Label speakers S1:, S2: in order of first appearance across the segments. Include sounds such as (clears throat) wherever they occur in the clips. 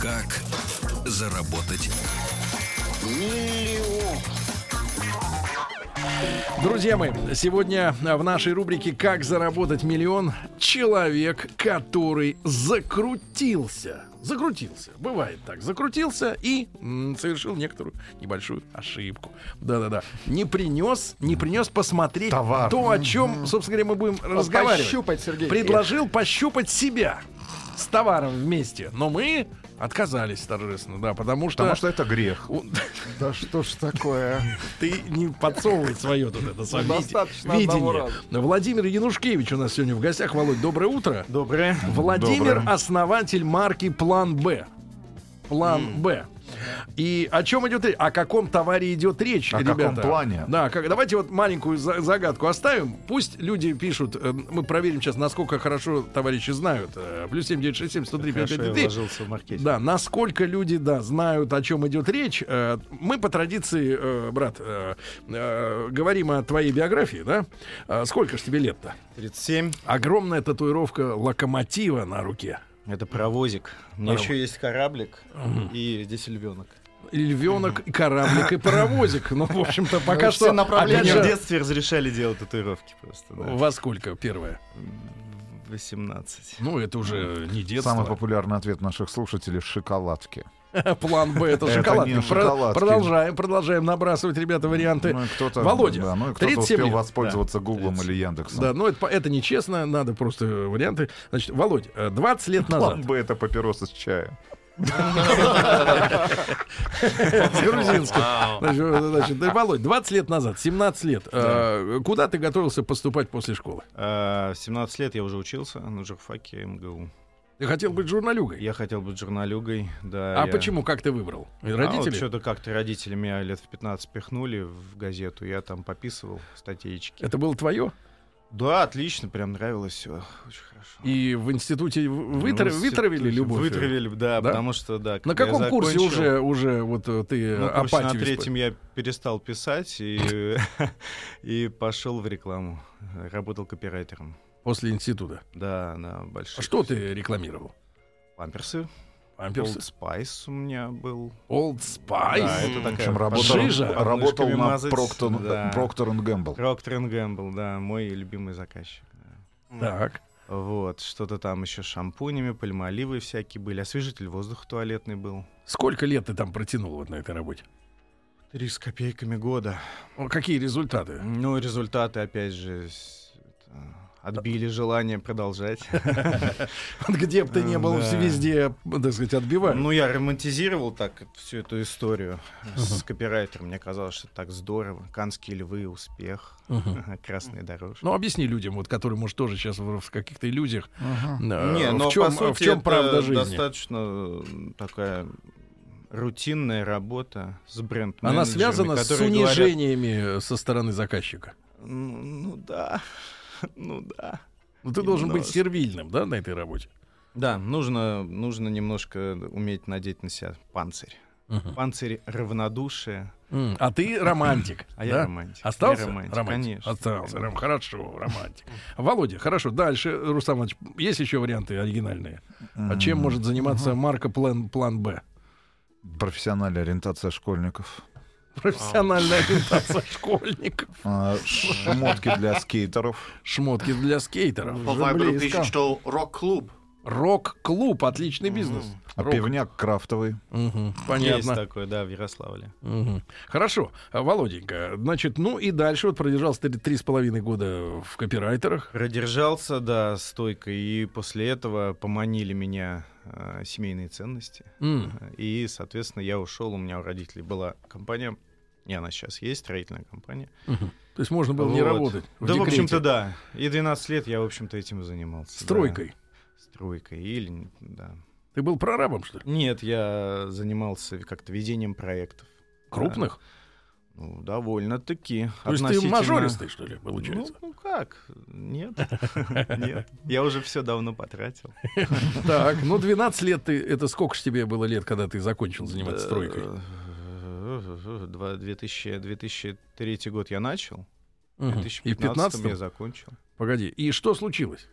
S1: Как заработать
S2: Друзья мои, сегодня в нашей рубрике «Как заработать миллион» человек, который закрутился. Закрутился. Бывает так. Закрутился и м, совершил некоторую небольшую ошибку. Да-да-да. Не принес, не принес посмотреть
S3: Товар.
S2: то, о чем, собственно говоря, мы будем разговаривать.
S4: Пощупать, Сергей.
S2: Предложил пощупать себя с товаром вместе. Но мы отказались торжественно, да, потому что...
S3: Потому что это грех.
S2: У-
S4: Да что ж такое?
S2: Ты не подсовывай свое тут это сам види-
S4: достаточно одного
S2: видение.
S4: раза.
S2: Владимир Янушкевич у нас сегодня в гостях. Володь, доброе утро. Доброе. Владимир
S3: Доброе.
S2: основатель марки План Б. План Б. И о чем идет речь? О каком товаре идет речь,
S3: О каком
S2: ребята?
S3: плане?
S2: Да, как, давайте вот маленькую за- загадку оставим. Пусть люди пишут, э, мы проверим сейчас, насколько хорошо товарищи знают. Э, Плюс 7967 103 553.
S5: в маркетинг.
S2: Да, насколько люди, да, знают, о чем идет речь. Э, Мы по традиции, э, брат, э, э, говорим о твоей биографии, да? Э, Сколько ж тебе лет-то?
S5: 37.
S2: Огромная татуировка локомотива на руке.
S5: Это паровозик. У меня еще есть кораблик и здесь львенок.
S2: Львенок, кораблик и паровозик. Ну, в общем-то, пока
S4: все
S2: что...
S4: направления
S2: опять
S5: Мне
S2: же,
S5: в детстве разрешали делать татуировки просто. да.
S2: Во сколько первое?
S5: В 18.
S2: Ну, это уже не
S3: Самый
S2: детство.
S3: популярный ответ наших слушателей — шоколадки.
S2: (laughs) План Б — это
S3: Это
S2: шоколадка.
S3: не
S2: Про-
S3: шоколадки.
S2: Продолжаем, продолжаем набрасывать, ребята, варианты.
S3: Ну и кто-то,
S2: Володя,
S3: да, ну и кто-то
S2: 37
S3: успел
S2: лет.
S3: воспользоваться Гуглом или Яндексом.
S2: Да, ну это, по- это нечестно, надо просто варианты. Значит, Володь, э, 20 лет назад.
S3: План бы это папиросы с чаем.
S2: С грузинским. Значит, значит, да, Володь, 20 лет назад, 17 лет, э, куда ты готовился поступать после школы?
S5: А, В 17 лет я уже учился на журфаке МГУ.
S2: Ты хотел быть журналюгой.
S5: Я хотел быть журналюгой. Да,
S2: А
S5: я-
S2: почему? Как ты выбрал? И
S5: А вот
S2: Родители?
S5: что-то как-то родители меня лет в 15 пихнули в газету. Я там пописывал статейки.
S2: Это было твое?
S5: Да, отлично, прям нравилось все. Очень хорошо.
S2: И в институте в- вытра-
S5: Ну,
S2: вытравили
S5: институт-
S2: любовь?
S5: Вытравили, да,
S2: Да?
S5: потому что, да.
S2: На
S5: когда я
S2: каком курсе
S5: закончил-
S2: уже, уже вот э, ты
S5: Ну,
S2: э,
S5: короче, на
S2: апатию
S5: третьем я перестал писать и, (laughs) и пошел в рекламу. Работал копирайтером.
S2: исп- после института? А
S5: Да, на больших.
S2: Что ты рекламировал?
S5: Памперсы.
S2: Памперсы?
S5: Old Spice у меня был.
S2: Old
S5: Да,
S2: Spice?
S5: это
S3: В
S5: такая
S3: общем,
S2: работа-
S3: работал,
S2: Э, Жижа.
S3: работал
S5: Подмышками
S3: на
S5: мазать,
S3: Проктон,
S5: да.
S3: Проктор Гэмбл.
S5: Procter Gamble, да, мой любимый заказчик. да.
S2: Так.
S5: Вот, что-то там еще с шампунями, пальмоливы всякие были. Освежитель воздуха туалетный был.
S2: Сколько лет ты там протянул вот на этой работе?
S5: Три с копейками года.
S2: О, Какие результаты? (laughs)
S5: Ну, результаты, опять же, с- это, отбили желание продолжать.
S2: Где бы ты ни был,
S5: Да.
S2: все везде, так сказать, отбивают.
S5: Ну, я романтизировал так всю эту историю с копирайтером. Мне казалось, что это так здорово. Канские львы, успех,
S2: Мгм.
S5: (laughs) красные дорожки.
S2: Ну, объясни людям, вот, которые, может, тоже сейчас в в каких-то иллюзиях. э,
S5: Не, но
S2: в чем,
S5: по сути,
S2: в чем
S5: это
S2: правда жизни?
S5: достаточно м, такая рутинная работа с бренд
S2: Она связана с унижениями э, со стороны заказчика.
S5: Ну, ну да, (laughs) ну да.
S2: Ну, ты должен
S5: Именно.
S2: быть сервильным, да, на этой работе?
S5: Да, нужно, нужно немножко уметь надеть на себя панцирь.
S2: Мгм.
S5: Панцирь равнодушия.
S2: М, А ты романтик.
S5: А я
S2: да?
S5: романтик.
S2: Остался?
S5: Я романтик, конечно.
S2: Остался. Ром- Хорошо, романтик. Володя, хорошо. Дальше, Рустам Иванович, есть еще варианты оригинальные? А чем может заниматься марка План, план Б?
S3: Профессиональная ориентация школьников.
S2: Профессиональная ориентация школьников.
S3: А, Шмотки для скейтеров.
S2: Шмотки для скейтеров.
S6: По Вайберу пишет, что рок-клуб.
S2: Рок-клуб, отличный бизнес.
S3: А
S2: Рок.
S3: пивняк крафтовый.
S2: Мгм,
S5: Есть
S2: понятно.
S5: такое, да, в Ярославле.
S2: Мгм. Хорошо, А, Володенька, значит, ну и дальше вот продержался ты три с половиной года в копирайтерах.
S5: Продержался, да, стойко, и после этого поманили меня э, семейные ценности.
S2: М,
S5: И, соответственно, я ушел, у меня у родителей была компания, и она сейчас есть, строительная компания.
S2: мгм. То есть можно было не
S5: Вот.
S2: работать. в
S5: да, в
S2: декрете.
S5: общем-то, да. И 12 лет я, в общем-то, этим и занимался. да.
S2: Стройкой.
S5: Стройкой, или, да.
S2: Ты был прорабом, что ли?
S5: Нет, я занимался как-то ведением проектов.
S2: Крупных?
S5: Ну, довольно-таки.
S2: То есть ты
S5: относительно-
S2: мажористый, что ли, получается?
S5: Ну, ну как? Нет. (laughs) Нет. Я уже все давно потратил.
S2: Так, ну 12 лет ты, это сколько же тебе было лет, когда ты закончил заниматься стройкой?
S5: Два- 2000 2003 год я начал, в
S2: Мгм. И в
S5: 2015 я
S2: 15
S5: закончил.
S2: Погоди, и что случилось?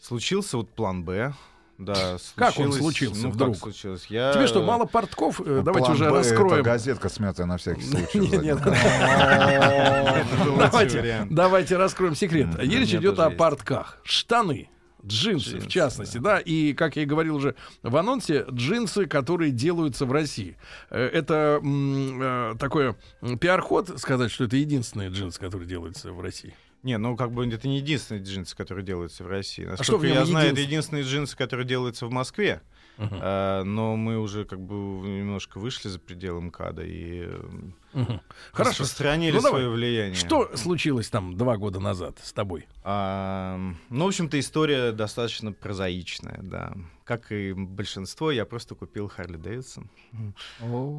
S5: Случился вот план Б. Да,
S2: Как он
S5: случилось-
S2: случился
S5: ну, как
S2: вдруг?
S5: случилось? Я...
S2: Тебе что, мало портков? Э, Давайте
S3: А План
S2: уже
S3: «Б» Это
S2: раскроем.
S3: газетка, смятая
S2: (laughs)
S3: на всякий случай.
S2: Нет,
S3: сзади.
S2: нет,
S5: (laughs) Это был лучший
S2: Давайте,
S5: вариант.
S2: давайте раскроем секрет.
S3: Мгм.
S2: Речь
S5: меня
S2: идет
S5: тоже
S2: о
S5: есть.
S2: портках. Штаны. Джинсы, в
S5: Джинсы,
S2: частности, да. И, как я и говорил уже в анонсе, джинсы, которые делаются в России. Э, Это м, э, такое м, пиар-ход, сказать, что это единственные джинсы, которые делаются в России.
S5: Не, ну как бы это не единственные джинсы, которые делаются в России. Насколько
S2: А что в нем
S5: я знаю, это единственные джинсы, которые делаются в Москве.
S2: Мгм.
S5: А, но мы уже как бы немножко вышли за пределы МКАДа и эм,
S2: Мгм. Хорошо.
S5: распространили
S2: Ну, давай.
S5: свое влияние.
S2: Что случилось там два года назад с тобой?
S5: А, ну, в общем-то, история достаточно прозаичная, да. Как и большинство, я просто купил Харли Дэвидсон.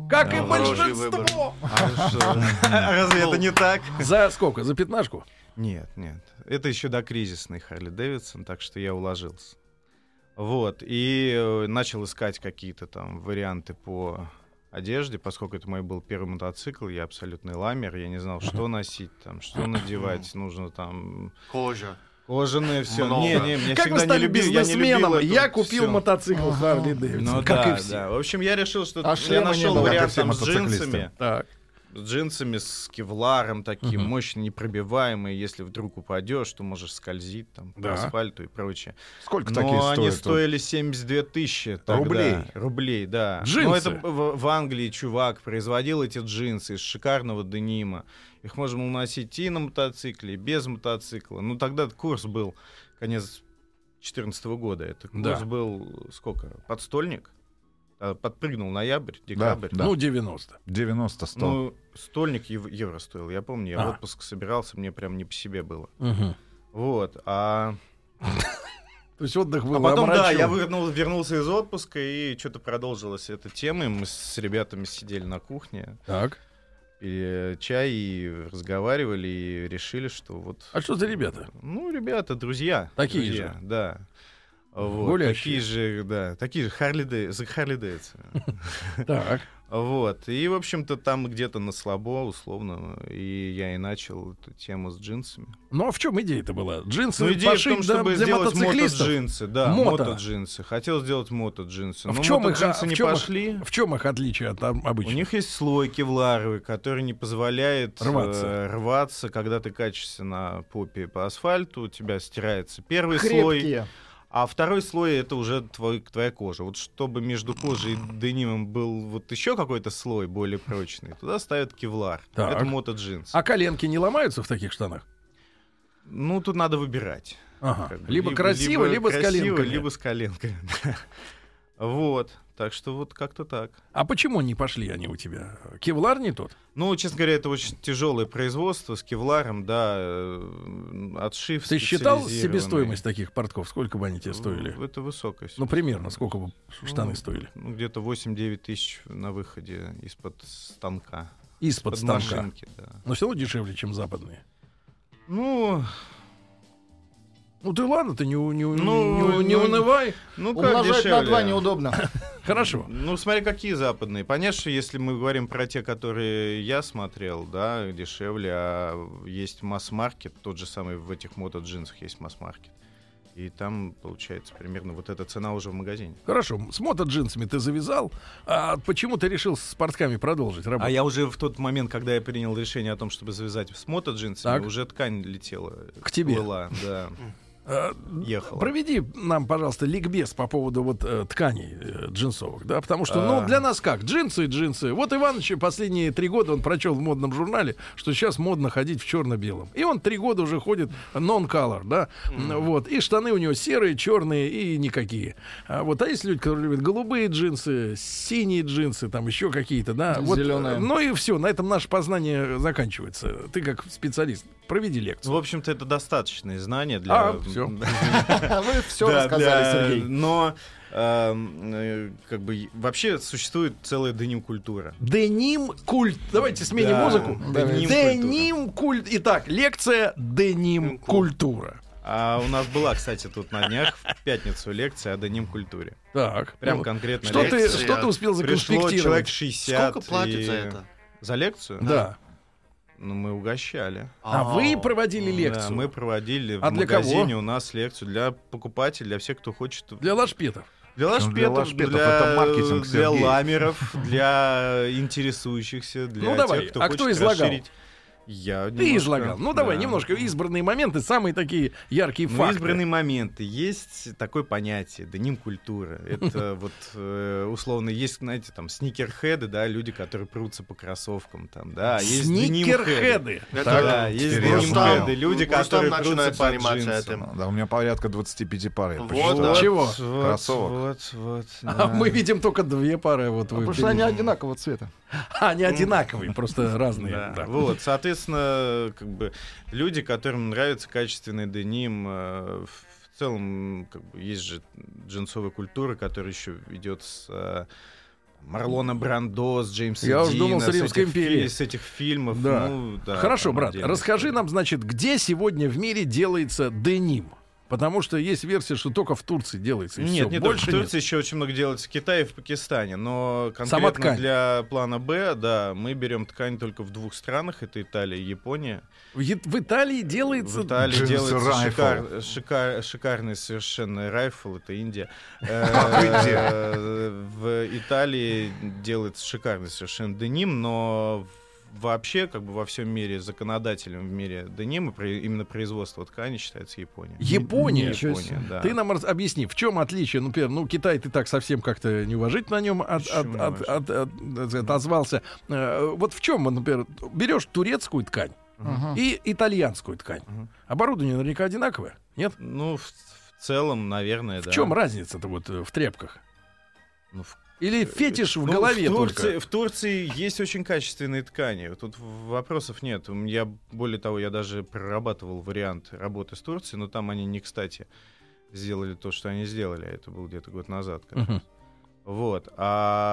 S2: Как и
S6: Да, хороший
S2: большинство!
S5: А что?
S2: (laughs)
S5: А Разве это
S2: Ну.
S5: не так?
S2: За сколько? За пятнашку?
S5: Нет, нет. Это еще до кризисный Харли Дэвидсон, так что я уложился. Вот, и э, начал искать какие-то там варианты по одежде, поскольку это мой был первый мотоцикл, я абсолютный ламер, я не знал, что носить там, что надевать, нужно там
S6: Кожа.
S5: кожаное все.
S6: Много.
S5: Не, не, мне
S2: Как вы
S5: всегда не
S2: стали
S5: любил, я не
S2: бизнесменом?
S5: любил
S2: Я,
S5: это вот
S2: купил
S5: всё.
S2: мотоцикл
S4: Ага.
S2: Харли Дэвидсон,
S5: Ну
S2: как
S5: да,
S2: и все.
S5: да. В общем, я решил, что
S4: А
S5: я
S4: шлема не
S5: нашел
S4: было.
S5: вариант
S3: Как и
S5: там с
S3: все мотоциклисты.
S5: джинсами.
S2: Так.
S5: С джинсами, с кевларом таким,
S2: Мгм.
S5: мощно непробиваемый. Если вдруг упадешь, то можешь скользить там
S2: Да.
S5: по асфальту и прочее.
S3: Сколько такие
S5: Но они
S3: стоят? вот?
S5: стоили 72 тысячи тогда.
S3: Рублей.
S5: Рублей, да.
S2: Джинсы.
S5: Но это в, в Англии чувак производил эти джинсы из шикарного денима. Их можно было носить и на мотоцикле, и без мотоцикла. Ну, тогда курс был конец 2014 года. Это курс
S2: Да.
S5: был сколько? Подстольник? А, Подпрыгнул ноябрь, декабрь.
S3: Да.
S2: Ну, 90.
S3: 90 100
S5: Ну, стольник ев- евро стоил, я помню, я
S2: А.
S5: в отпуск собирался, мне прям не по себе было. Вот, а,
S2: То есть отдых был
S5: а потом, да,
S2: омрачен.
S5: я вернул- вернулся из отпуска, и что-то продолжилась эта тема, и мы с ребятами сидели на кухне,
S2: Так.
S5: пили чай и разговаривали, и решили, что вот...
S2: А что за
S5: (laughs)
S2: ребята?
S5: Ну, ребята, друзья.
S2: Такие
S5: друзья,
S2: же.
S5: Да. Вот,
S2: Гулящие.
S5: такие же, да, такие же Харли Дэй- за Харли
S2: (laughs)
S5: Дэвидсона.
S2: Так.
S5: Вот. И, в общем-то, там где-то на слабо, условно, и я и начал эту тему с джинсами.
S2: Ну а в чем идея-то была? Джинсы
S5: Ну, идея в
S2: пошить
S5: том,
S2: да,
S5: чтобы
S2: для
S5: сделать
S2: мотоциклистов?
S5: мото-джинсы. Да,
S2: Мото.
S5: мото-джинсы. Хотел сделать мото-джинсы.
S2: А
S5: Но
S2: в чем их, а,
S5: мото-джинсы
S2: в
S5: не
S2: чем их?
S5: пошли.
S2: В чем их отличие от об-
S5: У
S2: обычных?
S5: них есть слой кевларовый, который не позволяет э,
S2: Рваться.
S5: рваться, когда ты качешься на попе по асфальту, у тебя стирается первый слой,
S4: Крепкие.
S5: а второй слой это уже твой- твоя кожа. Вот чтобы между кожей и денимом был вот еще какой-то слой более прочный, туда ставят кевлар.
S2: Так.
S5: Это мото-джинсы.
S2: А коленки не ломаются в таких штанах?
S5: Ну, тут надо выбирать.
S2: Ага.
S5: как бы.
S2: А, Либо, красиво, либо, с
S5: красиво,
S2: коленками.
S5: Либо с коленками. (laughs) Вот. Так что вот как-то так.
S2: А почему не пошли они у тебя? Кевлар не тот?
S5: Ну, честно говоря, это очень тяжелое производство с кевларом, да, э, отшив
S2: Ты считал
S5: специализированный.
S2: себестоимость таких портков? Сколько бы они тебе стоили?
S5: Ну, Это
S2: Ну,
S5: высокая стоимость.
S2: примерно, сколько бы штаны
S5: Ну,
S2: стоили?
S5: Ну, где-то 8-9 тысяч на выходе из-под станка.
S2: Из-под
S5: Под
S2: станка.
S5: машинки, да.
S2: Но все равно дешевле, чем западные.
S5: Ну,
S2: Ну ты ладно, ты не, у- не, у-
S5: Ну,
S2: не, у- не
S5: ну,
S2: унывай.
S5: ну как
S4: Умножать на
S5: дешевле?
S4: два неудобно.
S2: Хорошо.
S5: Ну, смотри, какие западные. Понятно, что если мы говорим про те, которые я смотрел, да, дешевле, а есть масс-маркет, тот же самый в этих мото-джинсах есть масс-маркет. И там, получается, примерно вот эта цена уже в магазине.
S2: Хорошо, с мото-джинсами ты завязал. А почему ты решил с портками продолжить
S5: А
S2: работу?
S5: я уже в тот момент, когда я принял решение о том, чтобы завязать с мото-джинсами,
S2: Так.
S5: уже ткань летела.
S2: К тебе.
S5: плыла, да,
S2: А,
S5: ехала.
S2: проведи нам, пожалуйста, ликбез по поводу вот э, тканей э, джинсовых, да, потому что,
S5: А.
S2: ну, для нас как, джинсы и джинсы. Вот Иваныч последние три года он прочел в модном журнале, что сейчас модно ходить в черно-белом. И он три года уже ходит non-color, да, вот. И штаны у него серые, черные и никакие. А вот, а есть люди, которые любят голубые джинсы, синие джинсы, там еще какие-то, да. Вот, э,
S4: Зелёные.
S2: ну и все, на этом наше познание заканчивается. Ты как специалист, проведи лекцию.
S5: Ну, в общем-то, это достаточные знания для...
S2: А, всё.
S4: (laughs) Вы все
S5: Да,
S4: рассказали,
S5: для-
S4: Сергей.
S5: Но эм, э, как бы вообще существует целая деним-культура.
S2: Деним культ. Давайте сменим
S5: Да,
S2: музыку.
S5: деним-культура.
S2: Деним культ. Итак, лекция Деним культура.
S5: А у нас была, кстати, тут на днях в пятницу лекция о деним-культуре.
S2: Так.
S5: Прям
S2: Ну,
S5: конкретно
S2: Что ты,
S5: лекция.
S6: лекция.
S2: что ты успел
S5: Пришло человек
S2: законспектировать?
S5: 60.
S6: Сколько платят
S5: и-
S6: за это?
S5: За лекцию?
S2: Да.
S5: Ну, мы угощали.
S2: А вы проводили
S5: Да,
S2: лекцию
S5: мы проводили
S2: А
S5: в
S2: для кого?
S5: магазине у нас лекцию для покупателей, для всех, кто хочет.
S2: для лашпетов.
S5: Для
S3: Ну,
S5: лашпетов,
S3: для
S5: для,
S3: лашпетов это маркетинг,
S5: для
S3: Сергей.
S5: ламеров,
S2: (laughs)
S5: для интересующихся, для
S2: Ну, давай,
S5: тех, кто
S2: а
S5: хочет
S2: кто излагал?
S5: расширить. Я
S2: Ты
S5: немножко,
S2: излагал. Ну давай
S5: да.
S2: немножко избранные моменты, самые такие яркие
S5: Ну,
S2: факты.
S5: избранные моменты. Есть такое понятие,
S2: (laughs)
S5: деним культура. Это вот э, условно есть, знаете, там сникерхеды, да, люди, которые прутся по кроссовкам, там, да. а Есть денимхеды.
S2: Сникерхеды.
S6: Это
S5: да, есть
S3: интересно.
S5: денимхеды, люди,
S6: Рустам
S5: которые прутся
S6: начинает
S5: по
S6: заниматься
S5: джинсам.
S6: этим.
S3: Да, у меня порядка 25 пар. я
S6: Вот.
S3: посчитал.
S6: Вот.
S2: Чего?
S5: Вот,
S3: Кроссовок.
S5: Вот, вот.
S2: А
S5: да. А
S2: мы видим только две пары. а Вот вы
S4: Потому что они
S2: перед-
S4: одинакового цвета.
S2: А, они одинаковые, просто разные.
S5: Да,
S2: да.
S5: Вот, соответственно, как бы люди, которым нравится качественный деним, э, в в целом, как бы, есть же джинсовая культура, которая еще идет с э, Марлона Брандо, с Джеймса
S2: Я уж
S5: Дина,
S2: думал, с Римской
S5: этих фи-
S2: империи.
S5: с этих фильмов.
S2: Да.
S5: ну, да,
S2: Хорошо,
S5: там
S2: брат,
S5: отдельная
S2: расскажи
S5: история.
S2: нам, значит, где сегодня в мире делается деним? Потому что есть версия, что только в Турции делается. и всё,
S5: Нет, не
S2: больше
S5: только в Турции еще очень много делается в Китае и в Пакистане, но конкретно
S2: ткань.
S5: для плана Б, да, мы берем ткань только в двух странах, это Италия и Япония.
S2: В Е- В Италии делается...
S5: В Италии
S3: Джинсы
S5: делается
S3: райфл.
S5: шикар- шикар- шикарный совершенно райфл, это Индия.
S3: Ах, Индия.
S5: Э, В Италии делается шикарный совершенно деним, но вообще, как бы во всем мире, законодателем в мире денима, при- именно производство ткани считается Япония.
S2: Япония.
S4: Ничего себе.
S5: Япония, да.
S2: Ты нам раз- объясни, в чем отличие? Ну, например, ну, Китай ты так совсем как-то неуважительно на нем от, от-
S5: Почему
S2: от-
S5: же?
S2: от- от- от- отозвался. Э, Вот в чем, например, берешь турецкую ткань
S4: Мгм.
S2: и итальянскую ткань.
S5: Мгм.
S2: Оборудование наверняка одинаковое, нет?
S5: Ну, в, в целом, наверное,
S2: В
S5: да.
S2: чем разница-то вот э, в тряпках?
S5: Ну, в-
S2: Или фетиш в
S5: Ну,
S2: голове
S5: в Турции,
S2: только?
S5: в Турции есть очень качественные ткани. Тут вопросов нет. М, Я, более того, я даже прорабатывал вариант работы с Турцией, но там они не кстати сделали то, что они сделали. Это был где-то год назад. как
S2: Мгм.
S5: раз. Вот.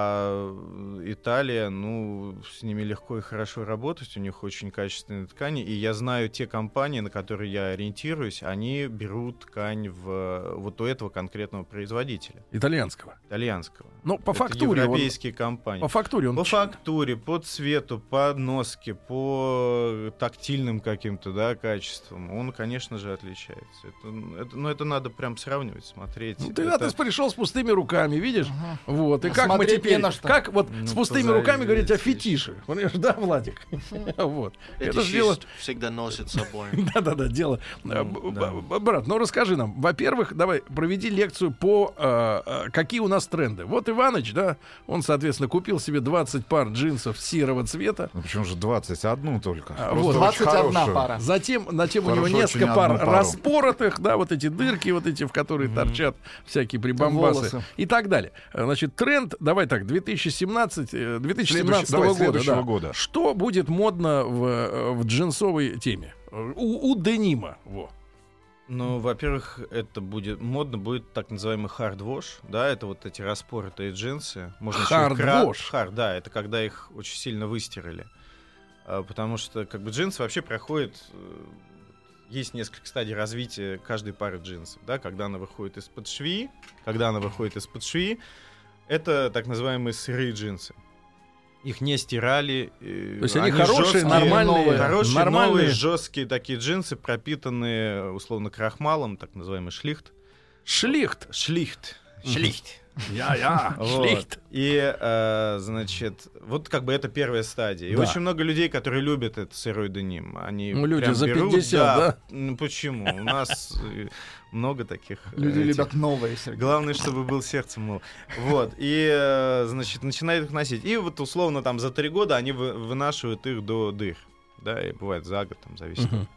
S5: А Италия, ну, с ними легко и хорошо работать, у них очень качественные ткани. И я знаю те компании, на которые я ориентируюсь, они берут ткань в э, вот у этого конкретного производителя,
S2: Итальянского.
S5: итальянского.
S2: Но по
S5: Это
S2: фактуре он...
S5: европейские компании.
S2: По фактуре он...
S5: По
S2: ч-
S5: фактуре, по цвету, по носке, по э, тактильным каким-то, да, качествам, он, конечно же, отличается. Это, это- но это надо прям сравнивать, смотреть.
S2: Ну, ты,
S5: Это-
S2: а ты пришел с пустыми руками, видишь?
S4: Мгм.
S2: Вот. И
S4: Ну,
S2: как мы
S4: смотреть
S2: теперь...
S4: не на что.
S2: Как вот
S5: Ну,
S2: с пустыми
S5: позови,
S2: руками говорить о
S5: если
S2: фетише? Понимаешь, да, Владик? (laughs) Вот.
S6: Это
S2: Это же дело... (laughs)
S6: всегда носит
S5: (laughs)
S6: с собой.
S2: Да-да-да, дело. Э,
S5: Ну,
S2: б-
S5: да.
S2: б- Брат, ну расскажи нам. Во-первых, давай проведи лекцию по... э, э, Какие у нас тренды. Вот Иваныч, да, он, соответственно, купил себе 20 пар джинсов серого цвета.
S3: Ну почему же 21 только?
S2: А,
S3: Просто
S2: вот.
S3: очень
S4: 21
S3: хорошую.
S4: пара.
S2: Затем, затем у него
S3: Хорошо, очень
S2: несколько
S3: одну
S2: пар
S3: пару.
S2: распоротых, да, вот эти дырки, вот эти, в которые торчат всякие прибамбасы
S4: Волосы.
S2: и так далее. Э, Значит, тренд, давай так, 2017, э, 2017
S3: Следующий- давай,
S2: года,
S3: следующего
S2: да.
S3: года.
S2: Что будет модно в, э, в джинсовой теме? Э, У, у денима. Во.
S5: Ну, во-первых, это будет модно будет так называемый хардвош, да, это вот эти распоротые джинсы. Можно ещё и кра-
S2: Хардвош?
S5: Хар, да, это когда их очень сильно выстирали, А, потому что как бы джинсы вообще проходят. э, Есть несколько стадий развития каждой пары джинсов, да, когда она выходит из-под шви, когда она выходит из-под шви, это так называемые сырые джинсы. Их не стирали. То
S2: То есть они, хорошие, нормальные,
S5: Хорошие,
S2: нормальные.
S5: новые, жесткие такие джинсы, пропитанные условно крахмалом, так называемый шлихт.
S2: Шлихт.
S5: Шлихт. Шлихт.
S2: (laughs) Я-я. Шлихт.
S5: И, э, значит, вот как бы это первая стадия. И
S2: Да.
S5: очень много людей, которые любят этот сырой деним. Они
S2: Ну, люди
S5: прям
S2: за
S5: берут,
S2: 50, да?
S5: Ну, почему? У нас э, много таких... э,
S4: Люди
S5: этих
S4: любят новые, Сергей.
S5: Главное, чтобы был сердцем мыл. Вот. И, э, значит, начинает их носить. И вот условно там за три года они вы- вынашивают их до дыр. Да, и бывает за год, там зависит.
S2: Мгм.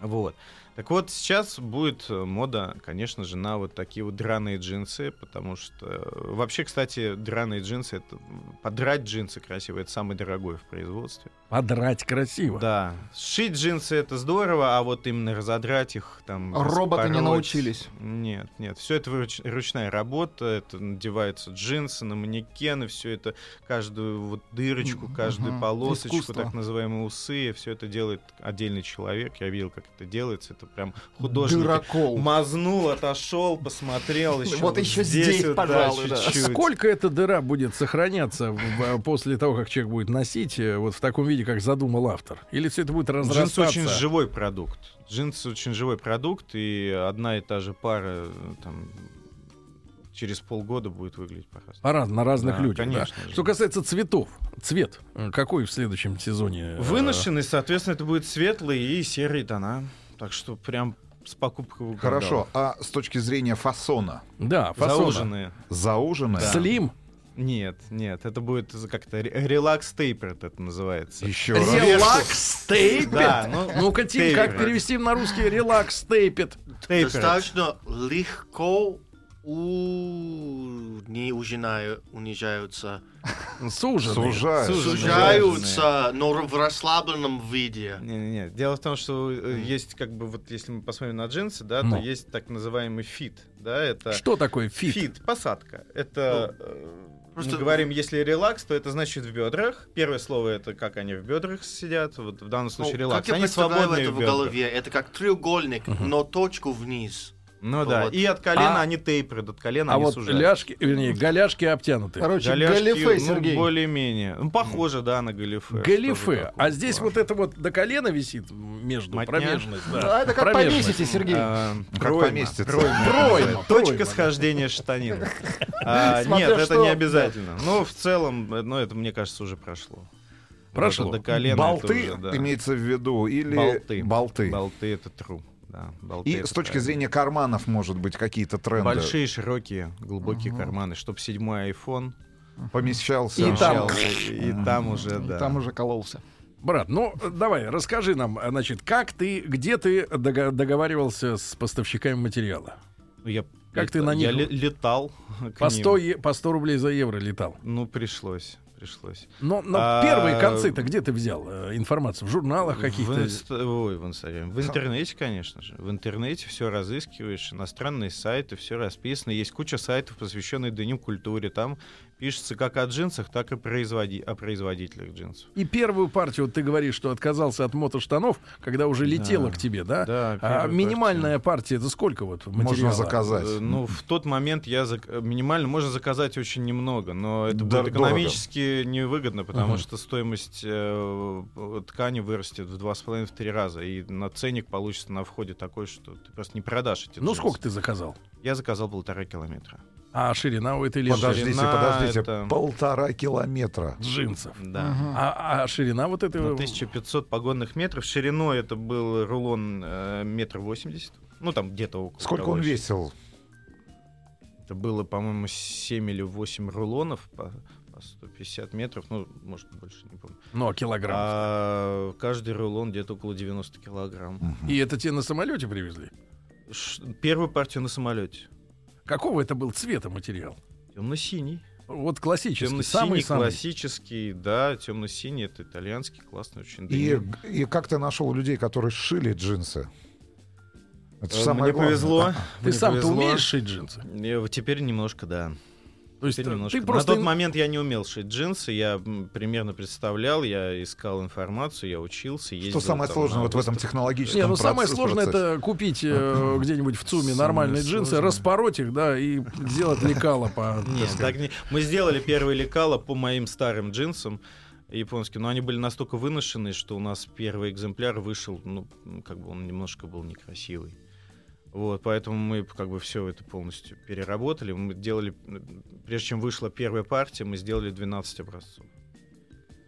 S5: Вот. Так вот, сейчас будет э, мода, конечно же, на вот такие вот драные джинсы, потому что... э, Вообще, кстати, драные джинсы, это... Подрать джинсы красиво, это самый дорогой в производстве.
S2: Подрать красиво.
S5: Да. Сшить джинсы это здорово, а вот именно разодрать их там.
S4: А Роботы не
S5: распороть-
S4: научились.
S5: Нет, нет. Все это руч- ручная работа. Это надеваются джинсы на манекены, все это каждую вот дырочку,
S4: Мгм.
S5: каждую
S4: Мгм.
S5: полосочку,
S4: Искусство.
S5: так называемые усы. Все это делает отдельный человек. Я видел, как это делается. Это прям художник.
S4: Дырокол.
S5: Мазнул, отошел,
S4: (laughs)
S5: посмотрел еще.
S4: Вот еще здесь,
S5: вот, да,
S4: пожалуй, да.
S5: чуть-чуть.
S2: А Сколько эта дыра будет сохраняться в- в- после того, как человек будет носить, э, вот в таком виде, как задумал автор? Или все это будет
S5: Джинсы
S2: разрастаться?
S5: очень живой продукт. Джинсы очень живой продукт, и одна и та же пара э, там через полгода будет выглядеть по-разному.
S2: А раз- на разных
S5: Да,
S2: людях. да.
S5: конечно же.
S2: Что касается цветов, цвет э, какой в следующем сезоне? э,
S5: Выношенный, соответственно, это будет светлый и серые тона. Так что прям с покупкой угадал.
S3: Хорошо, а с точки зрения фасона?
S2: Да, фасона.
S5: Зауженные.
S3: Зауженное?
S2: Слим.
S5: Нет, нет, это будет как-то ре- релакс тейпер это называется.
S3: Еще раз.
S2: Релакс тейпет.
S5: Да, ну,
S2: Ну-ка, Тим,
S5: тейпер.
S2: как перевести на русский релакс тейпет?
S5: Тейпер.
S6: Достаточно легко у... не ужинаю, унижаются.
S2: Суженый.
S3: Сужает.
S5: Суженый.
S6: Сужаются, но в расслабленном виде.
S5: Не-не-не. Дело в том, что э, есть как бы вот если мы посмотрим на джинсы, да,
S2: Ну.
S5: то есть так называемый фит, да, это
S2: Что такое фит?
S5: посадка. Это просто
S6: просто-
S5: мы говорим, если релакс, то это значит в бедрах. Первое слово это как они в бедрах сидят. Вот в данном
S6: Ну,
S5: случае
S6: как
S5: релакс.
S6: я
S5: они
S6: представляю
S5: свободные
S6: это
S5: в
S6: в
S5: бедрах.
S6: голове? Это как треугольник, но точку вниз.
S5: Ну да.
S6: Вот.
S5: И от колена
S2: А-
S5: они тейпрят, от колена
S2: А
S5: они
S2: вот
S5: сужают.
S2: ляжки, вернее, голяшки обтянуты.
S4: Короче,
S5: Голяшки,
S4: галифе,
S5: ну,
S4: Сергей.
S5: более-менее. Ну, похоже, да, на галифе. Что-то
S2: Галифе.
S5: такое.
S2: А здесь вот это вот до колена висит между
S5: Мотня.
S2: промежность. Да.
S4: А это как
S2: Промежность.
S4: повесите, Сергей.
S5: А,
S3: Э, Как
S5: пройма,
S3: поместится?
S5: пройма.
S2: Пройма,
S5: Точка
S2: пройма,
S3: (laughs)
S5: схождения штанины. А,
S4: Смотря
S5: Нет, это
S4: что.
S5: не обязательно. Но в целом, э, ну это, мне кажется, уже прошло.
S2: Прошло.
S5: Вот это До колена. это
S3: Болты
S5: уже, да.
S3: имеется в виду или
S5: Болты.
S3: болты?
S5: Болты это true. Да, болты
S3: И
S5: это
S3: с точки
S5: правильно.
S3: зрения карманов, может быть, какие-то тренды
S5: Большие, широкие, глубокие карманы, чтобы седьмой iPhone
S3: помещался.
S4: И там.
S5: помещался, и там уже,
S2: Ну,
S5: да.
S4: Там уже кололся.
S2: Брат, ну э, давай, расскажи нам, э, значит, как ты, где ты дога- договаривался с поставщиками материала?
S5: Ну, я
S2: Как
S5: лета-
S2: ты на них-
S5: Я ле- летал к
S2: По
S5: ним.
S2: 100, е- по 100 рублей за евро летал.
S5: Ну, пришлось, пришлось.
S2: Но, но
S5: А,
S2: Ну, первые концы-то где ты взял э, информацию? В журналах
S5: В,
S2: каких-то?
S5: инст- ой, в Инстаграме. В интернете, конечно же. В интернете все разыскиваешь, иностранные сайты, все расписано. Есть куча сайтов, посвященных дню культуре. Там пишется как о джинсах, так и производи- о производителях джинсов.
S2: И первую партию, вот ты говоришь, что отказался от мотоштанов, когда уже летела к тебе, да?
S5: Да,
S2: а
S5: первую
S2: минимальная партия, это сколько вот материала?
S3: Можно заказать.
S5: Э, Ну, в тот момент я зак- э, минимально можно заказать очень немного, но это
S3: Дор-
S5: будет экономически невыгодно, потому что стоимость э, э, ткани вырастет в 2,5-3 раза, и на ценник получится на входе такой, что ты просто не продашь эти
S2: Ну
S5: джинсы.
S2: сколько ты заказал?
S5: Я заказал полтора километра.
S2: А ширина у этой линзы?
S3: Подождите,
S5: Ширина
S3: подождите.
S5: это-
S3: Полтора километра.
S2: Джинсов.
S5: Да.
S2: А, а ширина вот этой...
S5: Ну, 1500 погонных метров. Шириной это был рулон э, метр восемьдесят. Ну, там где-то около.
S3: Сколько
S5: того
S3: он
S5: же.
S3: весил?
S5: Это было, по-моему, 7 или 8 рулонов по, по 150 метров. Ну, может, больше, не помню.
S2: Ну, а килограмм.
S5: А каждый рулон где-то около 90 килограмм.
S2: И это тебе на самолете привезли?
S5: Ш- первую партию на самолете.
S2: Какого это был цвета материал?
S5: Темно-синий.
S2: Вот классический,
S5: Темно-синий,
S2: самый-самый.
S5: классический, да, темно-синий, это итальянский, классный очень.
S3: И,
S5: Деним.
S3: и как ты нашел людей, которые сшили джинсы? Это же
S5: Э,
S3: самое
S5: Мне
S3: главное.
S5: повезло.
S2: Ты
S5: мне
S2: сам-то
S5: повезло.
S2: умеешь шить джинсы?
S5: Я Э, вот Теперь немножко, да.
S2: То есть
S5: Теперь
S2: э,
S5: немножко.
S2: ты просто...
S5: На тот момент я не умел шить джинсы, я м, примерно представлял, я искал информацию, я учился, ездил.
S3: Что самое
S5: там ну,
S3: сложное
S5: на
S3: вот в этом
S5: выставки.
S3: технологическом
S2: Не, ну
S3: процессе-
S2: самое сложное это купить э, где-нибудь в ЦУМе
S5: Самое
S2: нормальные джинсы,
S5: сложное.
S2: распороть их, да, и сделать лекало по...
S5: Нет, так не- Мы сделали первые лекала по моим старым джинсам японским, но они были настолько выношены, что у нас первый экземпляр вышел, ну, как бы он немножко был некрасивый. Вот, поэтому мы как бы все это полностью переработали. Мы делали, м, прежде чем вышла первая партия, мы сделали 12 образцов.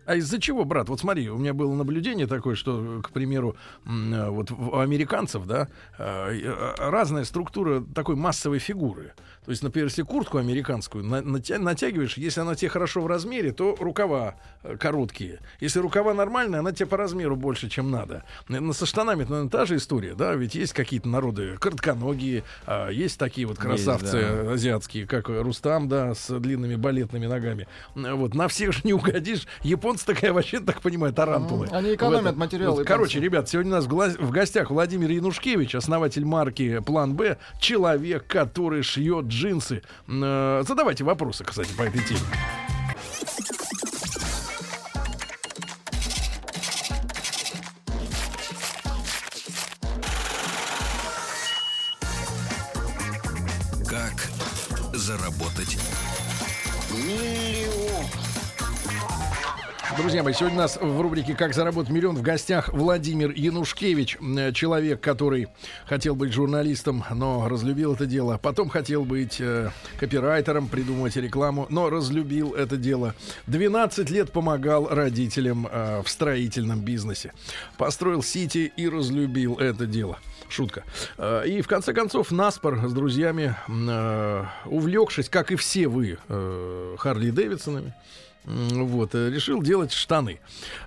S2: А из-за чего, брат? Вот смотри, у меня было наблюдение такое, что, к примеру, м, э, вот в- у американцев, да, э, э, разная структура такой массовой фигуры. То есть, например, если куртку американскую на- натя- натягиваешь, если она тебе хорошо в размере, то рукава э, короткие. Если рукава нормальные, она тебе по размеру больше, чем надо. Наверно, со штанами, это, наверное, та же история, да? Ведь есть какие-то народы коротконогие, а есть такие вот красавцы
S5: да.
S2: э, азиатские, как Рустам, да, с длинными балетными ногами. Э, Вот, на всех же не угодишь. Японцы Японцы такая вообще, так понимаю, тарантулы.
S4: Мгм, они экономят
S2: В этом.
S4: материалы,
S2: Вот,
S4: японцы.
S2: Короче, ребят, сегодня у нас в, гла- в гостях Владимир Янушкевич, основатель марки План Б, человек, который шьет джинсы. М, э, Задавайте вопросы, кстати, по этой теме.
S1: Как заработать?
S2: Друзья мои, сегодня у нас в рубрике «Как заработать миллион» в гостях Владимир Янушкевич, м, человек, который хотел быть журналистом, но разлюбил это дело. Потом хотел быть э, копирайтером, придумывать рекламу, но разлюбил это дело. 12 лет помогал родителям э, в строительном бизнесе. Построил сити и разлюбил это дело. Шутка. Э, И в конце концов, наспор с друзьями, м, э, увлекшись, как и все вы, э, Харли Дэвидсонами, М, Вот, э, решил делать штаны.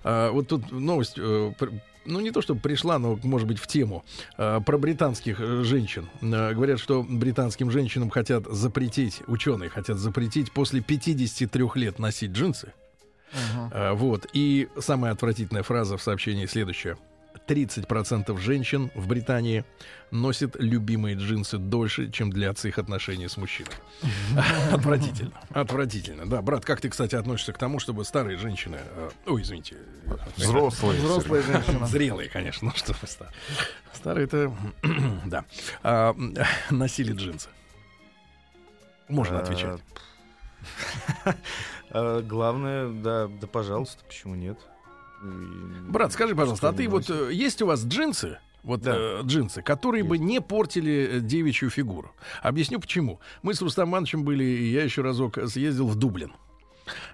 S2: А, Вот тут новость, э, пр- ну не то чтобы пришла, но может быть в тему, а, про британских э, женщин. А, Говорят, что британским женщинам хотят запретить, ученые хотят запретить после 53 лет носить джинсы.
S4: Ага.
S2: А, Вот, и самая отвратительная фраза в сообщении следующая. 30% женщин в Британии носят любимые джинсы дольше, чем длятся их отношения с мужчиной. Отвратительно. Отвратительно. Да, брат, как ты, кстати, относишься к тому, чтобы старые женщины... э, Ой, извините. э,
S3: Взрослые.
S4: Взрослая женщина.
S2: (laughs) Зрелые, конечно. (laughs) Ну, что вы ста- Старые-то... (clears throat) Да. А, м, (laughs) Носили джинсы. Можно
S5: (laughs)
S2: отвечать.
S5: Э, Главное, да, да, пожалуйста, почему нет? И-
S2: Брат, скажи, пожалуйста, а
S5: Что
S2: ты
S5: не
S2: вот
S5: носит?
S2: э, есть у вас джинсы? Вот
S5: Да.
S2: э, джинсы, которые бы не портили э, девичью фигуру. Объясню почему. Мы с Рустам Ивановичем были, и я еще разок э, съездил в Дублин.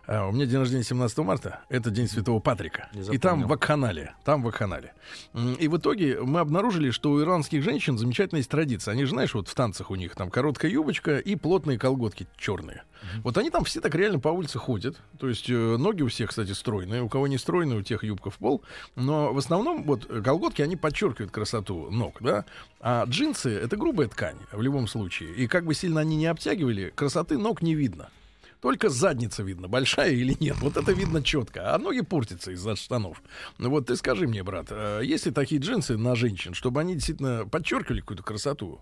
S2: А, у меня день рождения 17 марта, это день Святого Патрика.
S5: Не
S2: И там
S5: запомнил.
S2: вакханалия, там вакханалия. М, И в итоге мы обнаружили, что у иранских женщин замечательная есть традиция. Они же, знаешь, вот в танцах у них там короткая юбочка и плотные колготки черные. Вот они там все так реально по улице ходят. То есть э, ноги у всех, кстати, стройные. У кого не стройные, у тех юбка в пол. Но в основном вот э, колготки, они подчеркивают красоту ног, да. А джинсы — это грубая ткань в любом случае. И как бы сильно они не обтягивали, красоты ног не видно. Только задница видно, большая или нет. Вот это видно четко. А ноги портятся из-за штанов. Ну вот ты скажи мне, брат, э, есть ли такие джинсы на женщин, чтобы они действительно подчеркивали какую-то красоту?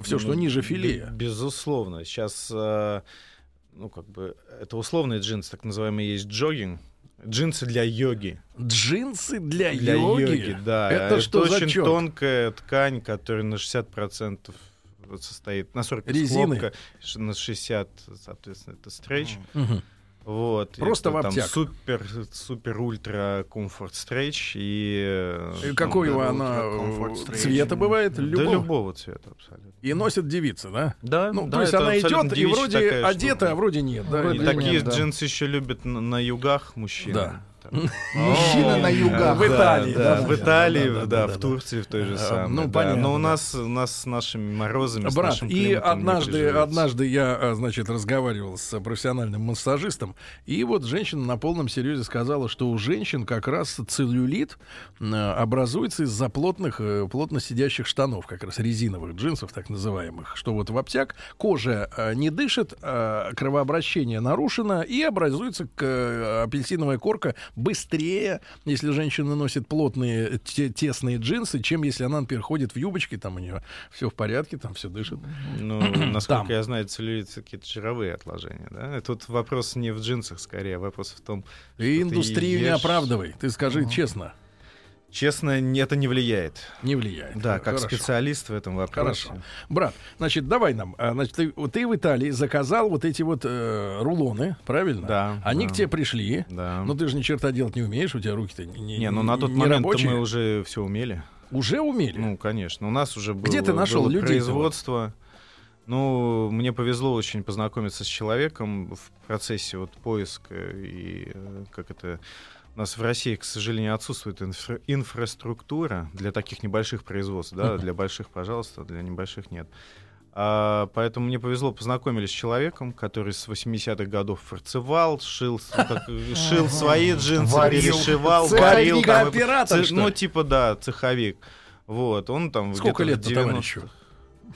S2: Все, э, что
S5: Ну,
S2: ниже
S5: бе-
S2: филе.
S5: Безусловно. Сейчас, э, ну, как бы, это условные джинсы, так называемые, есть джогинг. Джинсы для йоги.
S2: Джинсы для,
S5: Для
S2: йоги?
S5: да.
S2: Это что за
S5: очень
S2: чёрт?
S5: тонкая ткань, которая на 60% состоит, на 40%
S2: Резины?
S5: хлопка, ш- на 60, соответственно, это стретч.
S2: Мгм.
S5: Вот.
S2: Просто
S5: это
S2: в
S5: там
S2: обтяг.
S5: Супер, супер, ультра комфорт стретч. И,
S2: И Какого
S6: да,
S2: она
S6: вот как комфорт
S2: э,
S6: стрейч.
S2: цвета бывает?
S5: любого.
S2: Любого.
S5: Да, любого цвета абсолютно.
S2: И носит девица, да?
S5: Да,
S2: Ну,
S5: да,
S2: то есть
S5: это
S2: она
S5: абсолютно
S2: идет и
S5: девичья
S2: вроде
S5: такая
S2: одета,
S5: штука.
S2: а вроде нет. Да?
S5: И
S4: Вроде
S5: такие
S4: нет, да.
S5: джинсы еще любят на, на югах мужчины.
S2: Да. (laughs)
S5: Там.
S4: Мужчина на югах.
S2: В Италии,
S5: Да,
S2: да,
S5: в
S2: да,
S5: Италии,
S2: да, да,
S5: да,
S2: да, да.
S5: в Турции, в той
S2: А,
S5: же самой.
S2: ну,
S5: да.
S2: понятно,
S5: Но
S2: да.
S5: у нас, у нас с нашими морозами, с
S2: Брат,
S5: нашим
S2: и
S5: климатом не
S2: однажды,
S5: приживется.
S2: однажды я, а, значит, разговаривал с профессиональным массажистом, и вот женщина на полном серьезе сказала, что у женщин как раз целлюлит м, э, образуется из-за плотных, э, плотно сидящих штанов, как раз резиновых джинсов, так называемых, что вот в обтяг кожа э, не дышит, э, кровообращение нарушено, и образуется к- э, апельсиновая корка быстрее, если женщина носит плотные, те- тесные джинсы, чем если она, например, ходит в юбочке, там у нее все в порядке, там все дышит. (clears throat)
S5: Ну, насколько
S2: Там.
S5: я знаю, целлюлит это какие-то жировые отложения. Да? И Тут вопрос не в джинсах скорее, а вопрос в том,
S2: И
S5: что ты
S2: индустрию не
S5: ешь.
S2: оправдывай. Ты скажи честно,
S5: Честно, не- это не влияет.
S2: не влияет.
S5: Да, как
S2: Хорошо.
S5: специалист в этом вопросе.
S2: Хорошо. Брат, значит, давай нам. а, Значит, ты, вот ты в Италии заказал вот эти вот э, рулоны, правильно?
S5: Да,
S2: Они
S5: да.
S2: к тебе пришли.
S5: Да.
S2: Но ты же ни черта делать не умеешь, у тебя руки-то не, не,
S5: не, ну на тот
S2: Ну, не
S5: момент
S2: рабочие.
S5: мы уже все умели.
S2: Уже умели.
S5: Ну, конечно. У нас уже было,
S2: Где ты нашел
S5: было
S2: людей-то
S5: производство. Ну, мне повезло очень познакомиться с человеком в процессе вот поиска и э, как это... У нас в России, к сожалению, отсутствует инфра- инфраструктура для таких небольших производств. Да?
S2: Мгм.
S5: Для больших, пожалуйста, для небольших нет. А, поэтому мне повезло, познакомились с человеком, который с 80-х годов фарцевал, шил, с- как, э, шил свои джинсы,
S4: Варил.
S5: перешивал,
S2: Цеховик,
S5: варил. там и-
S2: оператор,
S5: ц-
S2: что
S5: Ну,
S2: ли?
S5: типа, да, цеховик. Вот, он там
S2: Сколько
S5: где-то
S2: лет
S5: в
S2: товарищу?
S5: 90-х.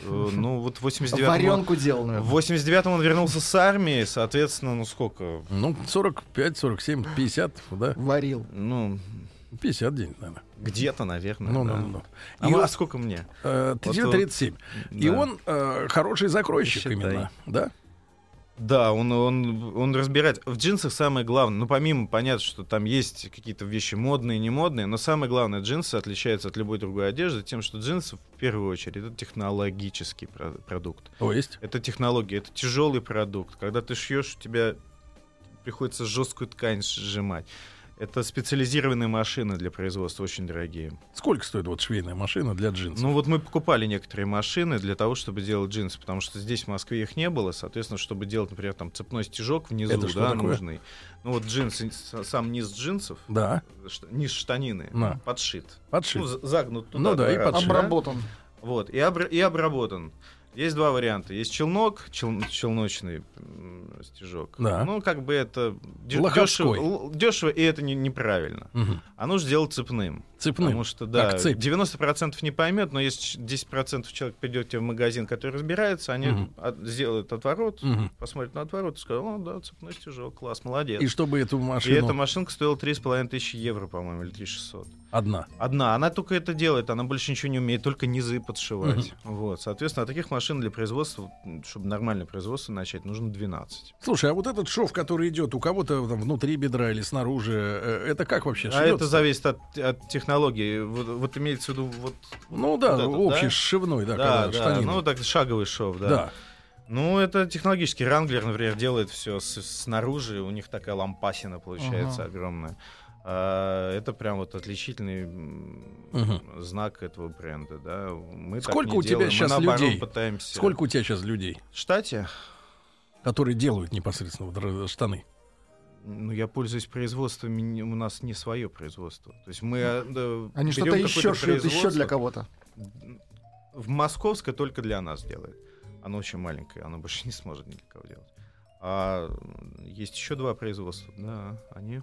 S5: Э, Ну, вот в 89-м...
S4: Варенку делал,
S5: он-
S4: наверное.
S5: В 89-м он вернулся с армии, соответственно, ну сколько?
S2: Ну, 45, 47, 50, да?
S4: Варил.
S5: Ну,
S2: 50 день, наверное.
S5: где-то, наверное.
S2: Ну,
S5: да.
S2: ну, ну.
S5: А
S2: И
S5: ма-
S2: он-
S5: сколько мне?
S2: Э,
S5: Вот
S2: 37. И
S5: Да.
S2: он э, хороший закройщик
S5: Считай.
S2: именно, да?
S5: Да, он, он, он разбирает. В джинсах самое главное, ну помимо, понятно, что там есть какие-то вещи модные, не модные, но самое главное, джинсы отличаются от любой другой одежды тем, что джинсы в первую очередь это технологический про- продукт.
S2: То есть.
S5: Это технология, это тяжелый продукт. Когда ты шьешь, у тебя приходится жесткую ткань сжимать. Это специализированные машины для производства, очень дорогие.
S2: Сколько стоит вот швейная машина для джинсов?
S5: Ну вот мы покупали некоторые машины для того, чтобы делать джинсы, потому что здесь в Москве их не было, соответственно, чтобы делать, например, там цепной стежок внизу,
S2: Это что
S5: да,
S2: такое?
S5: нужный. Ну вот джинсы, с- сам низ джинсов,
S2: да,
S5: шт- низ штанины
S2: На.
S5: подшит.
S2: подшит.
S5: Ну, за- загнут туда.
S2: Ну да,
S5: два
S2: и
S5: раза.
S2: подшит.
S4: Обработан.
S5: Вот, и, обра- и обработан. Есть два варианта. Есть челнок, чел- челночный м, стежок.
S2: Да.
S5: Ну, как бы это
S2: Лоховской.
S5: дешево, дешево, и это не- неправильно.
S2: Мгм.
S5: А нужно делать цепным.
S2: Цепным.
S5: Потому что, да,
S2: Как цепь.
S5: 90% не поймет, но если ч- 10% человек придет к тебе в магазин, который разбирается, они
S2: Мгм.
S5: от- сделают отворот,
S2: Мгм.
S5: посмотрят на отворот и скажут, о, да, цепной стежок, класс, молодец.
S2: И
S5: И,
S2: чтобы эту машину...
S5: эта машинка стоила 3,5 тысячи евро, по-моему, или 3600.
S2: Одна.
S5: Одна, она только это делает, она больше ничего не умеет, только низы подшивать. Вот, соответственно, а таких машин для производства, м, чтобы нормальное производство начать, нужно 12.
S2: Слушай, а вот этот шов, который идет у кого-то там внутри бедра или снаружи, э, это как вообще
S5: а это
S2: шьется?
S5: зависит от, от технологии. Вот, вот имеется в виду вот...
S2: Ну да,
S5: вот это,
S2: общий
S5: да?
S2: сшивной, да,
S5: да,
S2: когда
S5: да,
S2: штанина.
S5: ну так шаговый шов, да.
S2: да.
S5: Ну, это технологический ранглер, например, делает все снаружи, у них такая лампасина получается
S4: Ага.
S5: огромная. А, это прям вот отличительный м,
S2: Мгм.
S5: знак этого бренда, да. Мы так
S2: Сколько
S5: не
S2: у тебя
S5: делаем, мы
S2: щас
S5: наоборот
S2: людей?
S5: пытаемся.
S2: Сколько у тебя сейчас людей,
S5: в штате?
S2: которые делают непосредственно вот р- штаны?
S5: Ну, я пользуюсь производством, не- у нас не свое производство. То есть мы э, да,
S4: Они
S5: берем
S4: что-то еще
S5: какое-то
S4: шьют, еще
S5: производство.
S4: для кого-то.
S5: В Московской только для нас делает. Оно очень маленькое, оно больше не сможет ни для кого делать. А м, есть еще два производства, да, они